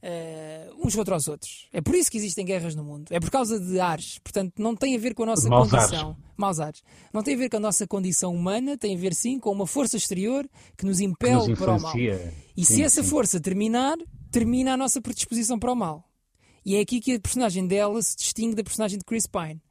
[SPEAKER 2] eh, uns contra os outros é por isso que existem guerras no mundo é por causa de ares portanto não tem a ver com a nossa
[SPEAKER 3] Maus
[SPEAKER 2] condição maus ares não tem a ver com a nossa condição humana tem a ver sim com uma força exterior que nos
[SPEAKER 3] Que nos
[SPEAKER 2] impele para o mal
[SPEAKER 3] influencia.
[SPEAKER 2] e se
[SPEAKER 3] Sim,
[SPEAKER 2] essa
[SPEAKER 3] sim.
[SPEAKER 2] força terminar, termina a nossa predisposição para o mal. E é aqui que a personagem dela se distingue da personagem de Chris Pine,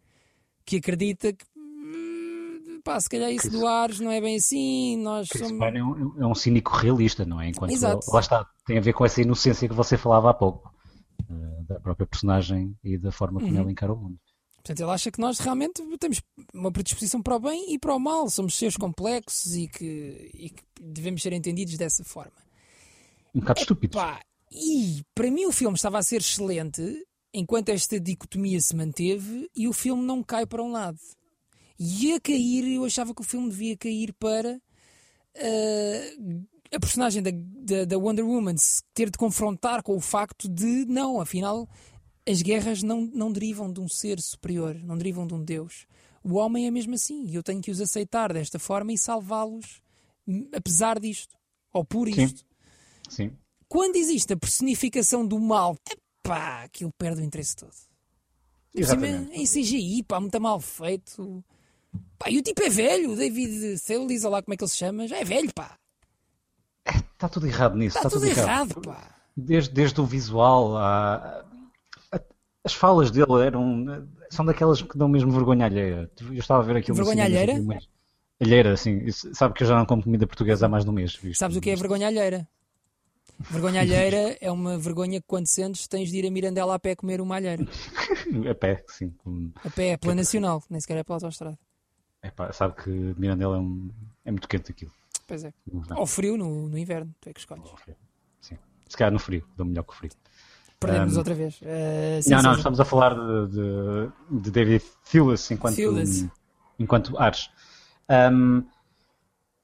[SPEAKER 2] que acredita que hum, pá, se calhar isso do Ares não é bem assim, nós
[SPEAKER 3] Chris
[SPEAKER 2] somos.
[SPEAKER 3] Pine é um, é um cínico realista, não é? Enquanto
[SPEAKER 2] Exato.
[SPEAKER 3] lá está, tem a ver com essa inocência que você falava há pouco, eh, da própria personagem e da forma
[SPEAKER 2] Uhum.
[SPEAKER 3] como ela encara o mundo.
[SPEAKER 2] Portanto, ele acha que nós realmente temos uma predisposição para o bem e para o mal, somos seres complexos e que, e que devemos ser entendidos dessa forma.
[SPEAKER 3] Um bocado estúpido.
[SPEAKER 2] Pá, e para mim o filme estava a ser excelente enquanto esta dicotomia se manteve e o filme não cai para um lado. E a cair, eu achava que o filme devia cair para eh, a personagem da, da, da Wonder Woman se ter de confrontar com o facto de não, afinal, as guerras não, não derivam de um ser superior, não derivam de um Deus. O homem é mesmo assim e eu tenho que os aceitar desta forma e salvá-los, m- apesar disto, ou por
[SPEAKER 3] Sim.
[SPEAKER 2] isto
[SPEAKER 3] Sim.
[SPEAKER 2] quando existe a personificação do mal, epá, aquilo perde o interesse todo. Por cima,
[SPEAKER 3] Exatamente.
[SPEAKER 2] Em CGI, pá, muito mal feito. Pá, e o tipo é velho, o David Seulis, olha lá como é que ele se chama, já é velho, pá.
[SPEAKER 3] Está tudo errado nisso.
[SPEAKER 2] Está tudo errado, pá.
[SPEAKER 3] Desde, desde o visual, à- a- as falas dele eram, são daquelas que dão mesmo vergonha alheira. Eu estava a ver aquilo no
[SPEAKER 2] Vergonha
[SPEAKER 3] cinema,
[SPEAKER 2] alheira?
[SPEAKER 3] assim, mas- Alheira, sim. Isso- Sabe que eu já não como comida portuguesa há mais de um mês. visto?
[SPEAKER 2] Sabes o que é vergonha alheira? Vergonha alheira [LAUGHS] é uma vergonha que quando sentes tens de ir a Mirandela a pé comer uma alheira.
[SPEAKER 3] [LAUGHS] A pé, sim. Hum, com-
[SPEAKER 2] A pé é pela nacional, nem sequer é pela autostrada.
[SPEAKER 3] É, Epá, sabe que Mirandela é, um, é muito quente aquilo.
[SPEAKER 2] Pois é.
[SPEAKER 3] Não dá.
[SPEAKER 2] Ou frio no, no inverno, tu é que escolhes.
[SPEAKER 3] Sim. Se calhar no frio, dá melhor que o frio.
[SPEAKER 2] Perdemos
[SPEAKER 3] Um,
[SPEAKER 2] outra vez. Ah, sim,
[SPEAKER 3] não, não,
[SPEAKER 2] Sousa.
[SPEAKER 3] estamos a falar de, de- de David Thewlis enquanto,
[SPEAKER 2] Thewlis.
[SPEAKER 3] enquanto Ares. Um,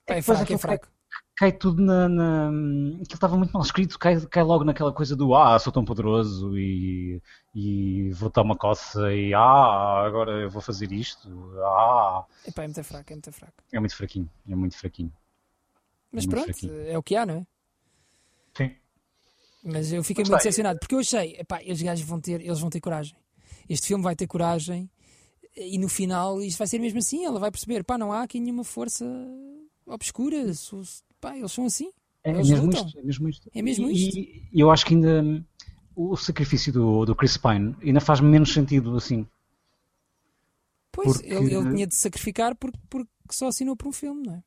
[SPEAKER 2] Pá, é
[SPEAKER 3] Depois
[SPEAKER 2] fraco, é
[SPEAKER 3] aquilo cai-
[SPEAKER 2] fraco.
[SPEAKER 3] Cai tudo na. na aquilo estava muito mal escrito, cai, cai logo naquela coisa do Ah, sou tão poderoso e, e vou dar uma coça e Ah, agora eu vou fazer isto. Ah,
[SPEAKER 2] Epá, é muito fraco, é muito fraco.
[SPEAKER 3] é muito fraquinho, é muito fraquinho.
[SPEAKER 2] Mas
[SPEAKER 3] Muito
[SPEAKER 2] pronto,
[SPEAKER 3] fraquinho.
[SPEAKER 2] é o que há, não é?
[SPEAKER 3] Sim.
[SPEAKER 2] Mas eu fiquei
[SPEAKER 3] Mas
[SPEAKER 2] muito
[SPEAKER 3] está,
[SPEAKER 2] decepcionado porque eu achei, epá, eles gajos vão ter, eles vão ter coragem. Este filme vai ter coragem e no final isto vai ser mesmo assim, ela vai perceber, pá, não há aqui nenhuma força obscura, su- su- pá, eles são assim.
[SPEAKER 3] É,
[SPEAKER 2] Eles
[SPEAKER 3] mesmo
[SPEAKER 2] lutam.
[SPEAKER 3] isto, é mesmo isto.
[SPEAKER 2] É mesmo
[SPEAKER 3] E- E eu acho que ainda hum, o sacrifício do, do Chris Pine ainda faz menos sentido assim.
[SPEAKER 2] Pois,
[SPEAKER 3] Porque-
[SPEAKER 2] ele, ele tinha de se sacrificar porque, porque só assinou por um filme, não é?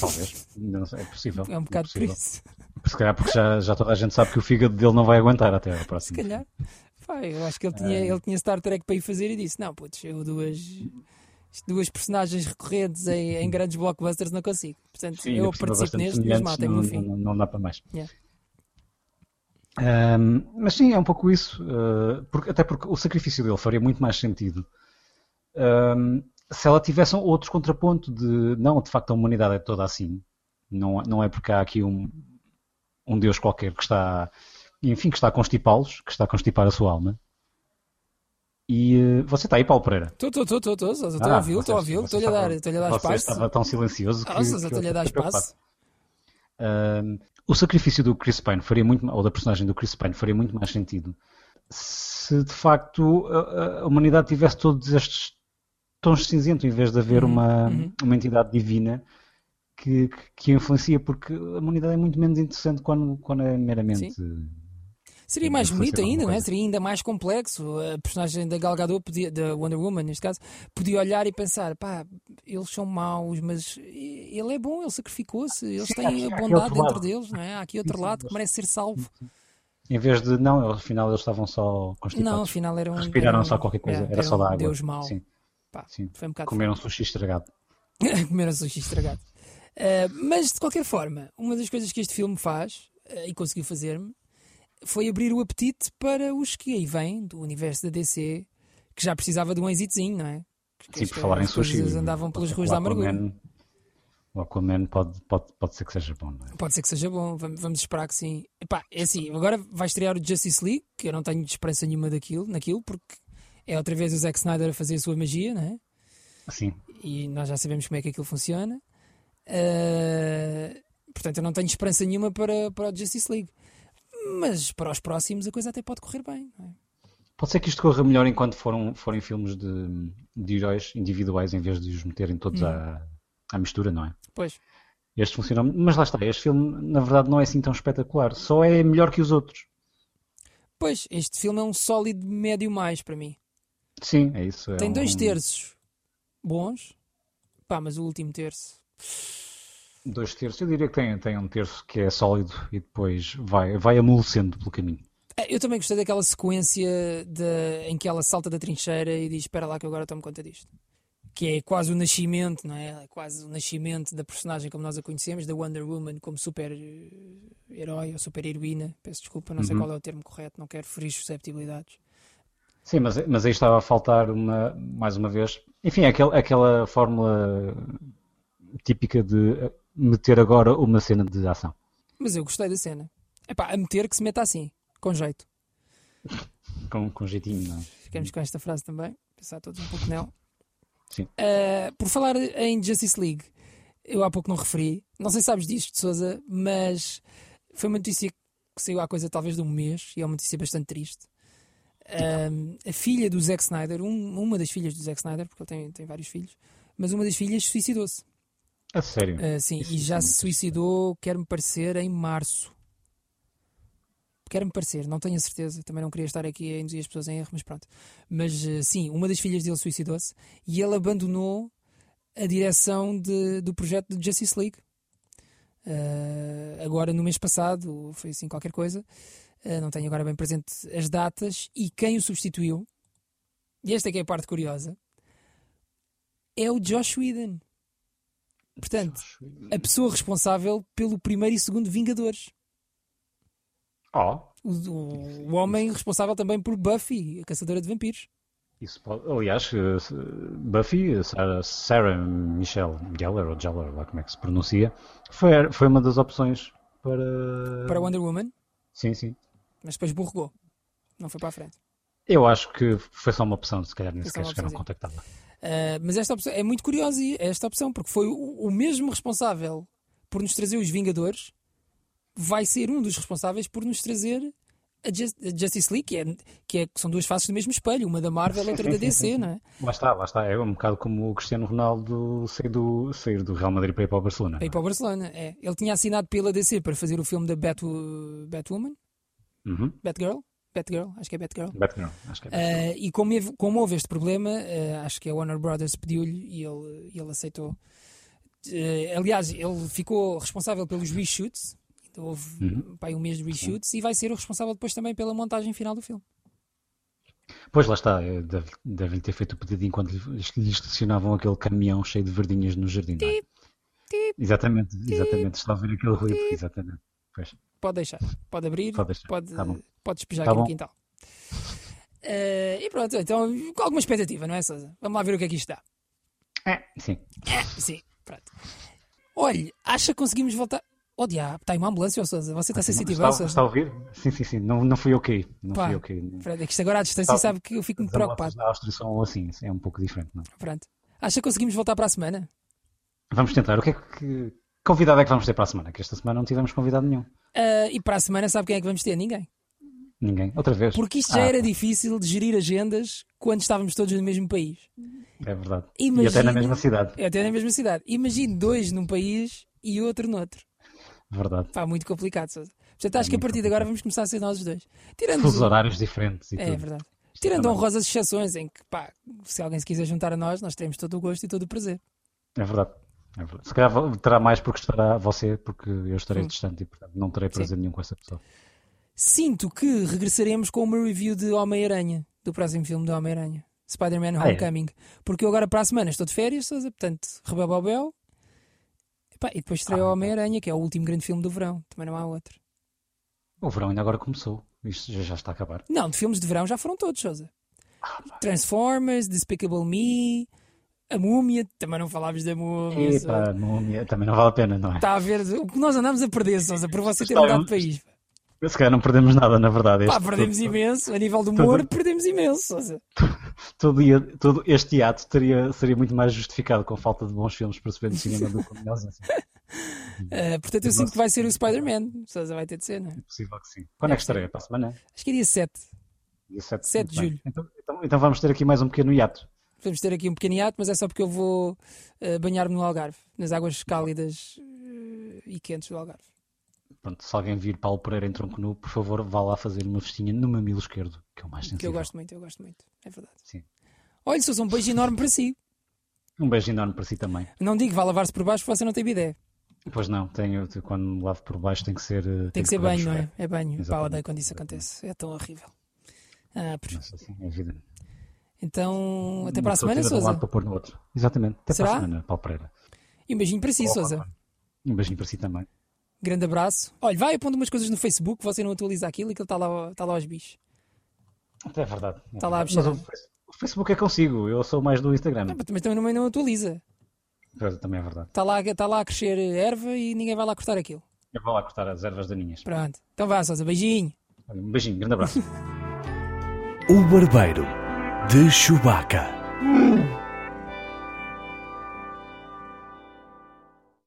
[SPEAKER 3] Talvez, ainda não sei, é possível.
[SPEAKER 2] É um bocado por
[SPEAKER 3] possível.
[SPEAKER 2] isso,
[SPEAKER 3] Se calhar porque já, já toda a gente sabe que o fígado dele não vai aguentar até ao
[SPEAKER 2] se
[SPEAKER 3] próximo.
[SPEAKER 2] calhar. Pá, eu acho que ele
[SPEAKER 3] É.
[SPEAKER 2] tinha, ele tinha Star Trek para ir fazer e disse, não, putz, eu duas, duas personagens recorrentes em, em grandes blockbusters não consigo. Portanto,
[SPEAKER 3] Sim, ainda
[SPEAKER 2] eu
[SPEAKER 3] por cima
[SPEAKER 2] participo
[SPEAKER 3] bastante
[SPEAKER 2] neste, mas
[SPEAKER 3] semelhantes,
[SPEAKER 2] matem-me no
[SPEAKER 3] não-
[SPEAKER 2] fim.
[SPEAKER 3] Não, não dá para mais.
[SPEAKER 2] Yeah.
[SPEAKER 3] Ahm, mas sim, é um pouco isso. ah, porque- até porque o sacrifício dele faria muito mais sentido ahm, se ela tivesse outros contraponto de não, de facto a humanidade é toda assim. Não, não é porque há aqui um, um Deus qualquer que está, enfim, que está a constipá-los, que está a constipar a sua alma. E ah, você está aí, Paulo Pereira.
[SPEAKER 2] Estou, estou, estou, estou, estou, estou a
[SPEAKER 3] Ah,
[SPEAKER 2] ouvi-lo, estou a
[SPEAKER 3] vocês-
[SPEAKER 2] ouvi-lo,
[SPEAKER 3] vocês
[SPEAKER 2] estou-lhe a dar,
[SPEAKER 3] estavam-
[SPEAKER 2] estou-lhe a dar
[SPEAKER 3] você
[SPEAKER 2] espaço.
[SPEAKER 3] estava tão silencioso que.
[SPEAKER 2] Ah, vocês,
[SPEAKER 3] que eu
[SPEAKER 2] estou-lhe a dar
[SPEAKER 3] fiquei preocupado.
[SPEAKER 2] espaço.
[SPEAKER 3] Ahm, o sacrifício do Chris Pine faria muito, ou da personagem do Chris Pine faria muito mais sentido se de facto a, a- a humanidade tivesse todos estes tons cinzentos em vez de
[SPEAKER 2] Uhum,
[SPEAKER 3] haver uma, uma entidade divina que, que, que a influencia, porque a humanidade é muito menos interessante quando, quando é meramente.
[SPEAKER 2] Seria mais
[SPEAKER 3] Sim,
[SPEAKER 2] bonito
[SPEAKER 3] sim,
[SPEAKER 2] ainda,
[SPEAKER 3] alguma
[SPEAKER 2] não é?
[SPEAKER 3] coisa.
[SPEAKER 2] Seria ainda mais complexo. A personagem da Gal Gadot, podia, da Wonder Woman, neste caso, podia olhar e pensar: pá, eles são maus, mas ele é bom, ele sacrificou-se, eles
[SPEAKER 3] Sim, há
[SPEAKER 2] têm
[SPEAKER 3] aqui- há
[SPEAKER 2] a
[SPEAKER 3] aqui
[SPEAKER 2] bondade
[SPEAKER 3] outro
[SPEAKER 2] dentro
[SPEAKER 3] lado.
[SPEAKER 2] deles, não é? Há aqui outro
[SPEAKER 3] Sim, sim,
[SPEAKER 2] lado que
[SPEAKER 3] mas-
[SPEAKER 2] merece ser salvo.
[SPEAKER 3] Em vez de, não, afinal eles estavam só
[SPEAKER 2] Não,
[SPEAKER 3] constipados.
[SPEAKER 2] afinal era um.
[SPEAKER 3] Respiraram
[SPEAKER 2] era um-
[SPEAKER 3] só qualquer coisa,
[SPEAKER 2] é,
[SPEAKER 3] era só da
[SPEAKER 2] um
[SPEAKER 3] água.
[SPEAKER 2] Deus mau.
[SPEAKER 3] Sim, é
[SPEAKER 2] Pá,
[SPEAKER 3] sim.
[SPEAKER 2] Foi um bocado.
[SPEAKER 3] Comeram sushi estragado.
[SPEAKER 2] comer um sushi estragado. Uh, mas de qualquer forma, uma das coisas que este filme faz uh, e conseguiu fazer-me foi abrir o apetite para os que aí vêm do universo da DC que já precisava de um êxitozinho, não é? Porque
[SPEAKER 3] Sim,
[SPEAKER 2] as
[SPEAKER 3] por falar em
[SPEAKER 2] coisas
[SPEAKER 3] sushi.
[SPEAKER 2] andavam pelas ruas
[SPEAKER 3] o
[SPEAKER 2] da amargura.
[SPEAKER 3] Aquaman- O Aquaman pode, pode, pode ser que seja bom, não é?
[SPEAKER 2] Pode ser que seja bom, vamos, vamos esperar que sim. Epá, é assim, agora vai estrear o Justice League, que eu não tenho esperança nenhuma daquilo, naquilo, porque é outra vez o Zack Snyder a fazer a sua magia, não é?
[SPEAKER 3] Sim,
[SPEAKER 2] e nós já sabemos como é que aquilo funciona. Ah, portanto, eu não tenho esperança nenhuma para, para o Justice League. Mas para os próximos a coisa até pode correr bem. não é?
[SPEAKER 3] Pode ser que isto corra melhor enquanto foram, forem filmes de, de heróis individuais em vez de os meterem todos à,
[SPEAKER 2] Hum.
[SPEAKER 3] à mistura, não é?
[SPEAKER 2] Pois,
[SPEAKER 3] Este funcionou, mas lá está, este filme na verdade não é assim tão espetacular, só é melhor que os outros.
[SPEAKER 2] pois, este filme é um sólido médio mais para mim.
[SPEAKER 3] Sim, é isso. é
[SPEAKER 2] Tem
[SPEAKER 3] um-
[SPEAKER 2] dois terços bons, pá, mas o último terço.
[SPEAKER 3] Dois terços, eu diria que tem, tem um terço que é sólido e depois vai, vai amolecendo pelo caminho.
[SPEAKER 2] Ah, Eu também gostei daquela sequência de- em que ela salta da trincheira e diz: Espera lá, que eu agora tomo conta disto. Que é quase o nascimento, não é? É Quase o nascimento da personagem como nós a conhecemos, da Wonder Woman como super-herói ou super-heroína. Peço desculpa, não sei qual é o termo correto, não quero ferir susceptibilidades.
[SPEAKER 3] Sim, mas, mas aí estava a faltar uma, mais uma vez. Enfim, é aquel, aquela fórmula típica de meter agora uma cena de ação.
[SPEAKER 2] Mas eu gostei da cena. Epá, a meter que se meta assim, com jeito.
[SPEAKER 3] Com, com jeitinho, não é?
[SPEAKER 2] Ficamos com esta frase também, pensar todos um pouco nela.
[SPEAKER 3] Sim.
[SPEAKER 2] Uh, por falar em Justice League, eu há pouco não referi, não sei se sabes disto, Souza, mas foi uma notícia que saiu há coisa talvez de um mês e é uma notícia bastante triste. Um, a filha do Zack Snyder, um- uma das filhas do Zack Snyder, porque ele tem, tem vários filhos, mas uma das filhas suicidou-se.
[SPEAKER 3] A sério.
[SPEAKER 2] Uh, sim,
[SPEAKER 3] Isso
[SPEAKER 2] e já
[SPEAKER 3] é
[SPEAKER 2] se
[SPEAKER 3] muito
[SPEAKER 2] suicidou, quer-me parecer, em março. Quer-me parecer, não tenho a certeza. Também não queria estar aqui a induzir as pessoas em erro, mas pronto. Mas uh, sim, uma das filhas dele suicidou-se e ele abandonou a direção de- do projeto de Justice League. Uh, agora, no mês passado, ou foi assim qualquer coisa. Uh, não tenho agora bem presente as datas e quem o substituiu. E esta é que é a parte curiosa. é o Josh Whedon. Portanto, a pessoa responsável pelo primeiro e segundo Vingadores.
[SPEAKER 3] Oh,
[SPEAKER 2] O, o- o homem responsável também por Buffy, a caçadora de vampiros.
[SPEAKER 3] isso pode. Aliás, eh, se- Buffy, eh, Sarah, Sarah Michelle Gellar, ou Gellar, lá como é que se pronuncia, foi, foi uma das opções para.
[SPEAKER 2] Para Wonder Woman,
[SPEAKER 3] Sim, sim.
[SPEAKER 2] mas depois borregou. Não foi para a frente.
[SPEAKER 3] Eu acho que foi só uma opção, se calhar nem
[SPEAKER 2] Foi só
[SPEAKER 3] sequer
[SPEAKER 2] uma
[SPEAKER 3] chegaram a
[SPEAKER 2] opção,
[SPEAKER 3] contactá-la.
[SPEAKER 2] Ah, mas esta opção é muito curiosa e esta opção, porque foi o, o mesmo responsável por nos trazer os Vingadores, vai ser um dos responsáveis por nos trazer a, Jus- a Justice League, que, é, que, é- que são duas faces do mesmo espelho, uma da Marvel,
[SPEAKER 3] Sim,
[SPEAKER 2] outra
[SPEAKER 3] sim,
[SPEAKER 2] da
[SPEAKER 3] sim,
[SPEAKER 2] DC, [LAUGHS]
[SPEAKER 3] sim,
[SPEAKER 2] não é?
[SPEAKER 3] Lá está, lá está. É um bocado como o Cristiano Ronaldo sair do, sair do Real Madrid para ir para o Barcelona.
[SPEAKER 2] Para ir para o Barcelona. É. Ele tinha assinado pela DC para fazer o filme da Bat, Batwoman,
[SPEAKER 3] Uhum.
[SPEAKER 2] Batgirl, Batgirl, acho que é Batgirl.
[SPEAKER 3] Batman, acho que é Batman.
[SPEAKER 2] Ah, e como, heve- como houve este problema, ah, acho que a Warner Brothers pediu-lhe e ele, e ele aceitou. Eh, aliás, ele ficou responsável pelos reshoots. Então houve
[SPEAKER 3] Uhum.
[SPEAKER 2] pá, aí um mês de reshoots e vai ser o responsável depois também pela montagem final do filme.
[SPEAKER 3] Pois lá está, eh, deve- devem ter feito o pedido enquanto lhe lhe estacionavam aquele caminhão cheio de verdinhas no jardim. não é? Exatamente, exatamente. Está a ouvir aquele ruído, exatamente. Pois.
[SPEAKER 2] Pode deixar, pode abrir,
[SPEAKER 3] Pode deixar,
[SPEAKER 2] pode,
[SPEAKER 3] tá bom.
[SPEAKER 2] pode despejar
[SPEAKER 3] Tá
[SPEAKER 2] aqui no
[SPEAKER 3] bom.
[SPEAKER 2] quintal. Eh, e pronto, então com alguma expectativa, não é, Sousa? Vamos lá ver o que é que isto dá.
[SPEAKER 3] É, sim.
[SPEAKER 2] Sim, pronto. Olha, acha que conseguimos voltar? Oh, diabo, está aí uma ambulância, oh, Sousa? Você está sensitivo,
[SPEAKER 3] Está,
[SPEAKER 2] oh, Sousa?
[SPEAKER 3] está a ouvir? Sim, sim, sim. Não, não fui eu que caí. Não
[SPEAKER 2] Pá,
[SPEAKER 3] fui eu que caí.
[SPEAKER 2] Fred, é que isto agora à distância
[SPEAKER 3] Tá.
[SPEAKER 2] sabe que eu fico muito
[SPEAKER 3] As amostras
[SPEAKER 2] preocupado.
[SPEAKER 3] da Áustria são assim, é um pouco diferente, não é?
[SPEAKER 2] Pronto. Acha que conseguimos voltar para a semana?
[SPEAKER 3] Vamos tentar. O que é que. que Convidado é que vamos ter para a semana? Que esta semana não tivemos convidado nenhum.
[SPEAKER 2] Ah, e para a semana sabe quem é que vamos ter? Ninguém.
[SPEAKER 3] Ninguém. Outra vez.
[SPEAKER 2] Porque isto já
[SPEAKER 3] Ah,
[SPEAKER 2] era difícil de gerir agendas quando estávamos todos no mesmo país.
[SPEAKER 3] É verdade. E
[SPEAKER 2] Imagina-
[SPEAKER 3] até na mesma cidade.
[SPEAKER 2] Até na mesma cidade. Imagine dois num país e outro noutro.
[SPEAKER 3] Verdade.
[SPEAKER 2] Pá, muito complicado, Sousa. Portanto, acho que a
[SPEAKER 3] muito
[SPEAKER 2] partir de agora vamos começar a ser nós os dois.
[SPEAKER 3] [LAUGHS]
[SPEAKER 2] Tirando.
[SPEAKER 3] Fusos horários diferentes e
[SPEAKER 2] É
[SPEAKER 3] tudo.
[SPEAKER 2] verdade. Tirando
[SPEAKER 3] também.
[SPEAKER 2] honrosas exceções em que, pá, se alguém se quiser juntar a nós, nós teremos todo o gosto e todo o prazer.
[SPEAKER 3] É verdade. É verdade. Se calhar vo- terá mais porque estará você, porque eu estarei distante e portanto não terei prazer nenhum com essa pessoa.
[SPEAKER 2] Sinto que regressaremos com uma review de Homem-Aranha, do próximo filme do Homem-Aranha, Spider-Man
[SPEAKER 3] Ah, é?
[SPEAKER 2] Homecoming. Porque eu agora para a semana estou de férias, Sousa, portanto, Rebel Bobel. Epá, e depois
[SPEAKER 3] Ah,
[SPEAKER 2] estreia o Homem-Aranha, que é o último grande filme do verão, também não há outro.
[SPEAKER 3] O verão ainda agora começou. Isto já, já está a acabar.
[SPEAKER 2] Não, de filmes de verão já foram todos, Sousa.
[SPEAKER 3] Ah, é.
[SPEAKER 2] Transformers, Despicable Me, A Múmia, também não falámos da Múmia. Sousa.
[SPEAKER 3] Epa, múmia, também não vale a pena, não é?
[SPEAKER 2] Está a ver o que nós andamos a perder, Sousa, por você ter
[SPEAKER 3] Está,
[SPEAKER 2] mudado de
[SPEAKER 3] eu-
[SPEAKER 2] país.
[SPEAKER 3] Se calhar não perdemos nada, na verdade.
[SPEAKER 2] Pá,
[SPEAKER 3] Este-
[SPEAKER 2] perdemos
[SPEAKER 3] todo,
[SPEAKER 2] imenso. A nível do humor, perdemos imenso, Sousa.
[SPEAKER 3] todo dia- todo este ato teria, seria muito mais justificado com a falta de bons filmes para se ver no cinema do que com nós. Assim, é
[SPEAKER 2] Uh, portanto, eu sinto que vai ser o Spider-Man. Sousa vai ter de ser, não é?
[SPEAKER 3] possível que sim. Quando é que estarei? Para a semana?
[SPEAKER 2] Acho que é dia 7.
[SPEAKER 3] Dia 7,
[SPEAKER 2] Sete de
[SPEAKER 3] Muito
[SPEAKER 2] julho.
[SPEAKER 3] bem. Então, então- então vamos ter aqui mais um pequeno hiato.
[SPEAKER 2] Podemos ter aqui um pequeno hiato, mas é só porque eu vou uh, banhar-me no Algarve, nas águas cálidas uh, e quentes do Algarve.
[SPEAKER 3] Pronto, se alguém vir Paulo Pereira em tronco nu, por favor, vá lá fazer uma festinha no mamilo esquerdo, que é o mais
[SPEAKER 2] Que
[SPEAKER 3] sensível.
[SPEAKER 2] eu gosto muito, eu gosto muito. É verdade.
[SPEAKER 3] Sim.
[SPEAKER 2] Olha, Sousa, um beijo enorme para si.
[SPEAKER 3] Um beijo enorme para si também.
[SPEAKER 2] Não digo vá lavar-se por baixo, porque você não tem ideia.
[SPEAKER 3] Pois não, tenho, quando me lavo por baixo tem que ser. eh,
[SPEAKER 2] Tem que ser
[SPEAKER 3] poder
[SPEAKER 2] banho, não é?
[SPEAKER 3] chover.
[SPEAKER 2] É banho. Pá,
[SPEAKER 3] Exatamente.
[SPEAKER 2] odeio quando isso acontece. É tão horrível. Ah, por-
[SPEAKER 3] Mas assim é a vida.
[SPEAKER 2] Então, até
[SPEAKER 3] Uma
[SPEAKER 2] para a
[SPEAKER 3] pessoa
[SPEAKER 2] semana,
[SPEAKER 3] tira de um
[SPEAKER 2] Sousa.
[SPEAKER 3] lado para pôr no outro. Exatamente. Até
[SPEAKER 2] Será?
[SPEAKER 3] para a semana, Paulo Pereira.
[SPEAKER 2] E um beijinho para si, Sousa.
[SPEAKER 3] Um beijinho para si também.
[SPEAKER 2] Grande abraço. Olha, vai pondo umas coisas no Facebook, você não atualiza aquilo e aquilo está lá, está lá aos bichos.
[SPEAKER 3] É verdade.
[SPEAKER 2] Está Tá lá a
[SPEAKER 3] Mas o
[SPEAKER 2] bichar.
[SPEAKER 3] Face- o Facebook é consigo, eu sou mais do Instagram.
[SPEAKER 2] Não, Ah, Mas também não, não atualiza.
[SPEAKER 3] Pois, também é verdade.
[SPEAKER 2] Está lá, está lá a crescer erva e ninguém vai lá cortar aquilo.
[SPEAKER 3] Eu vou lá cortar as ervas daninhas.
[SPEAKER 2] Pronto. Então vá, Sousa. Beijinho.
[SPEAKER 3] Olha, Um beijinho, grande abraço.
[SPEAKER 1] O Barbeiro de Chewbacca.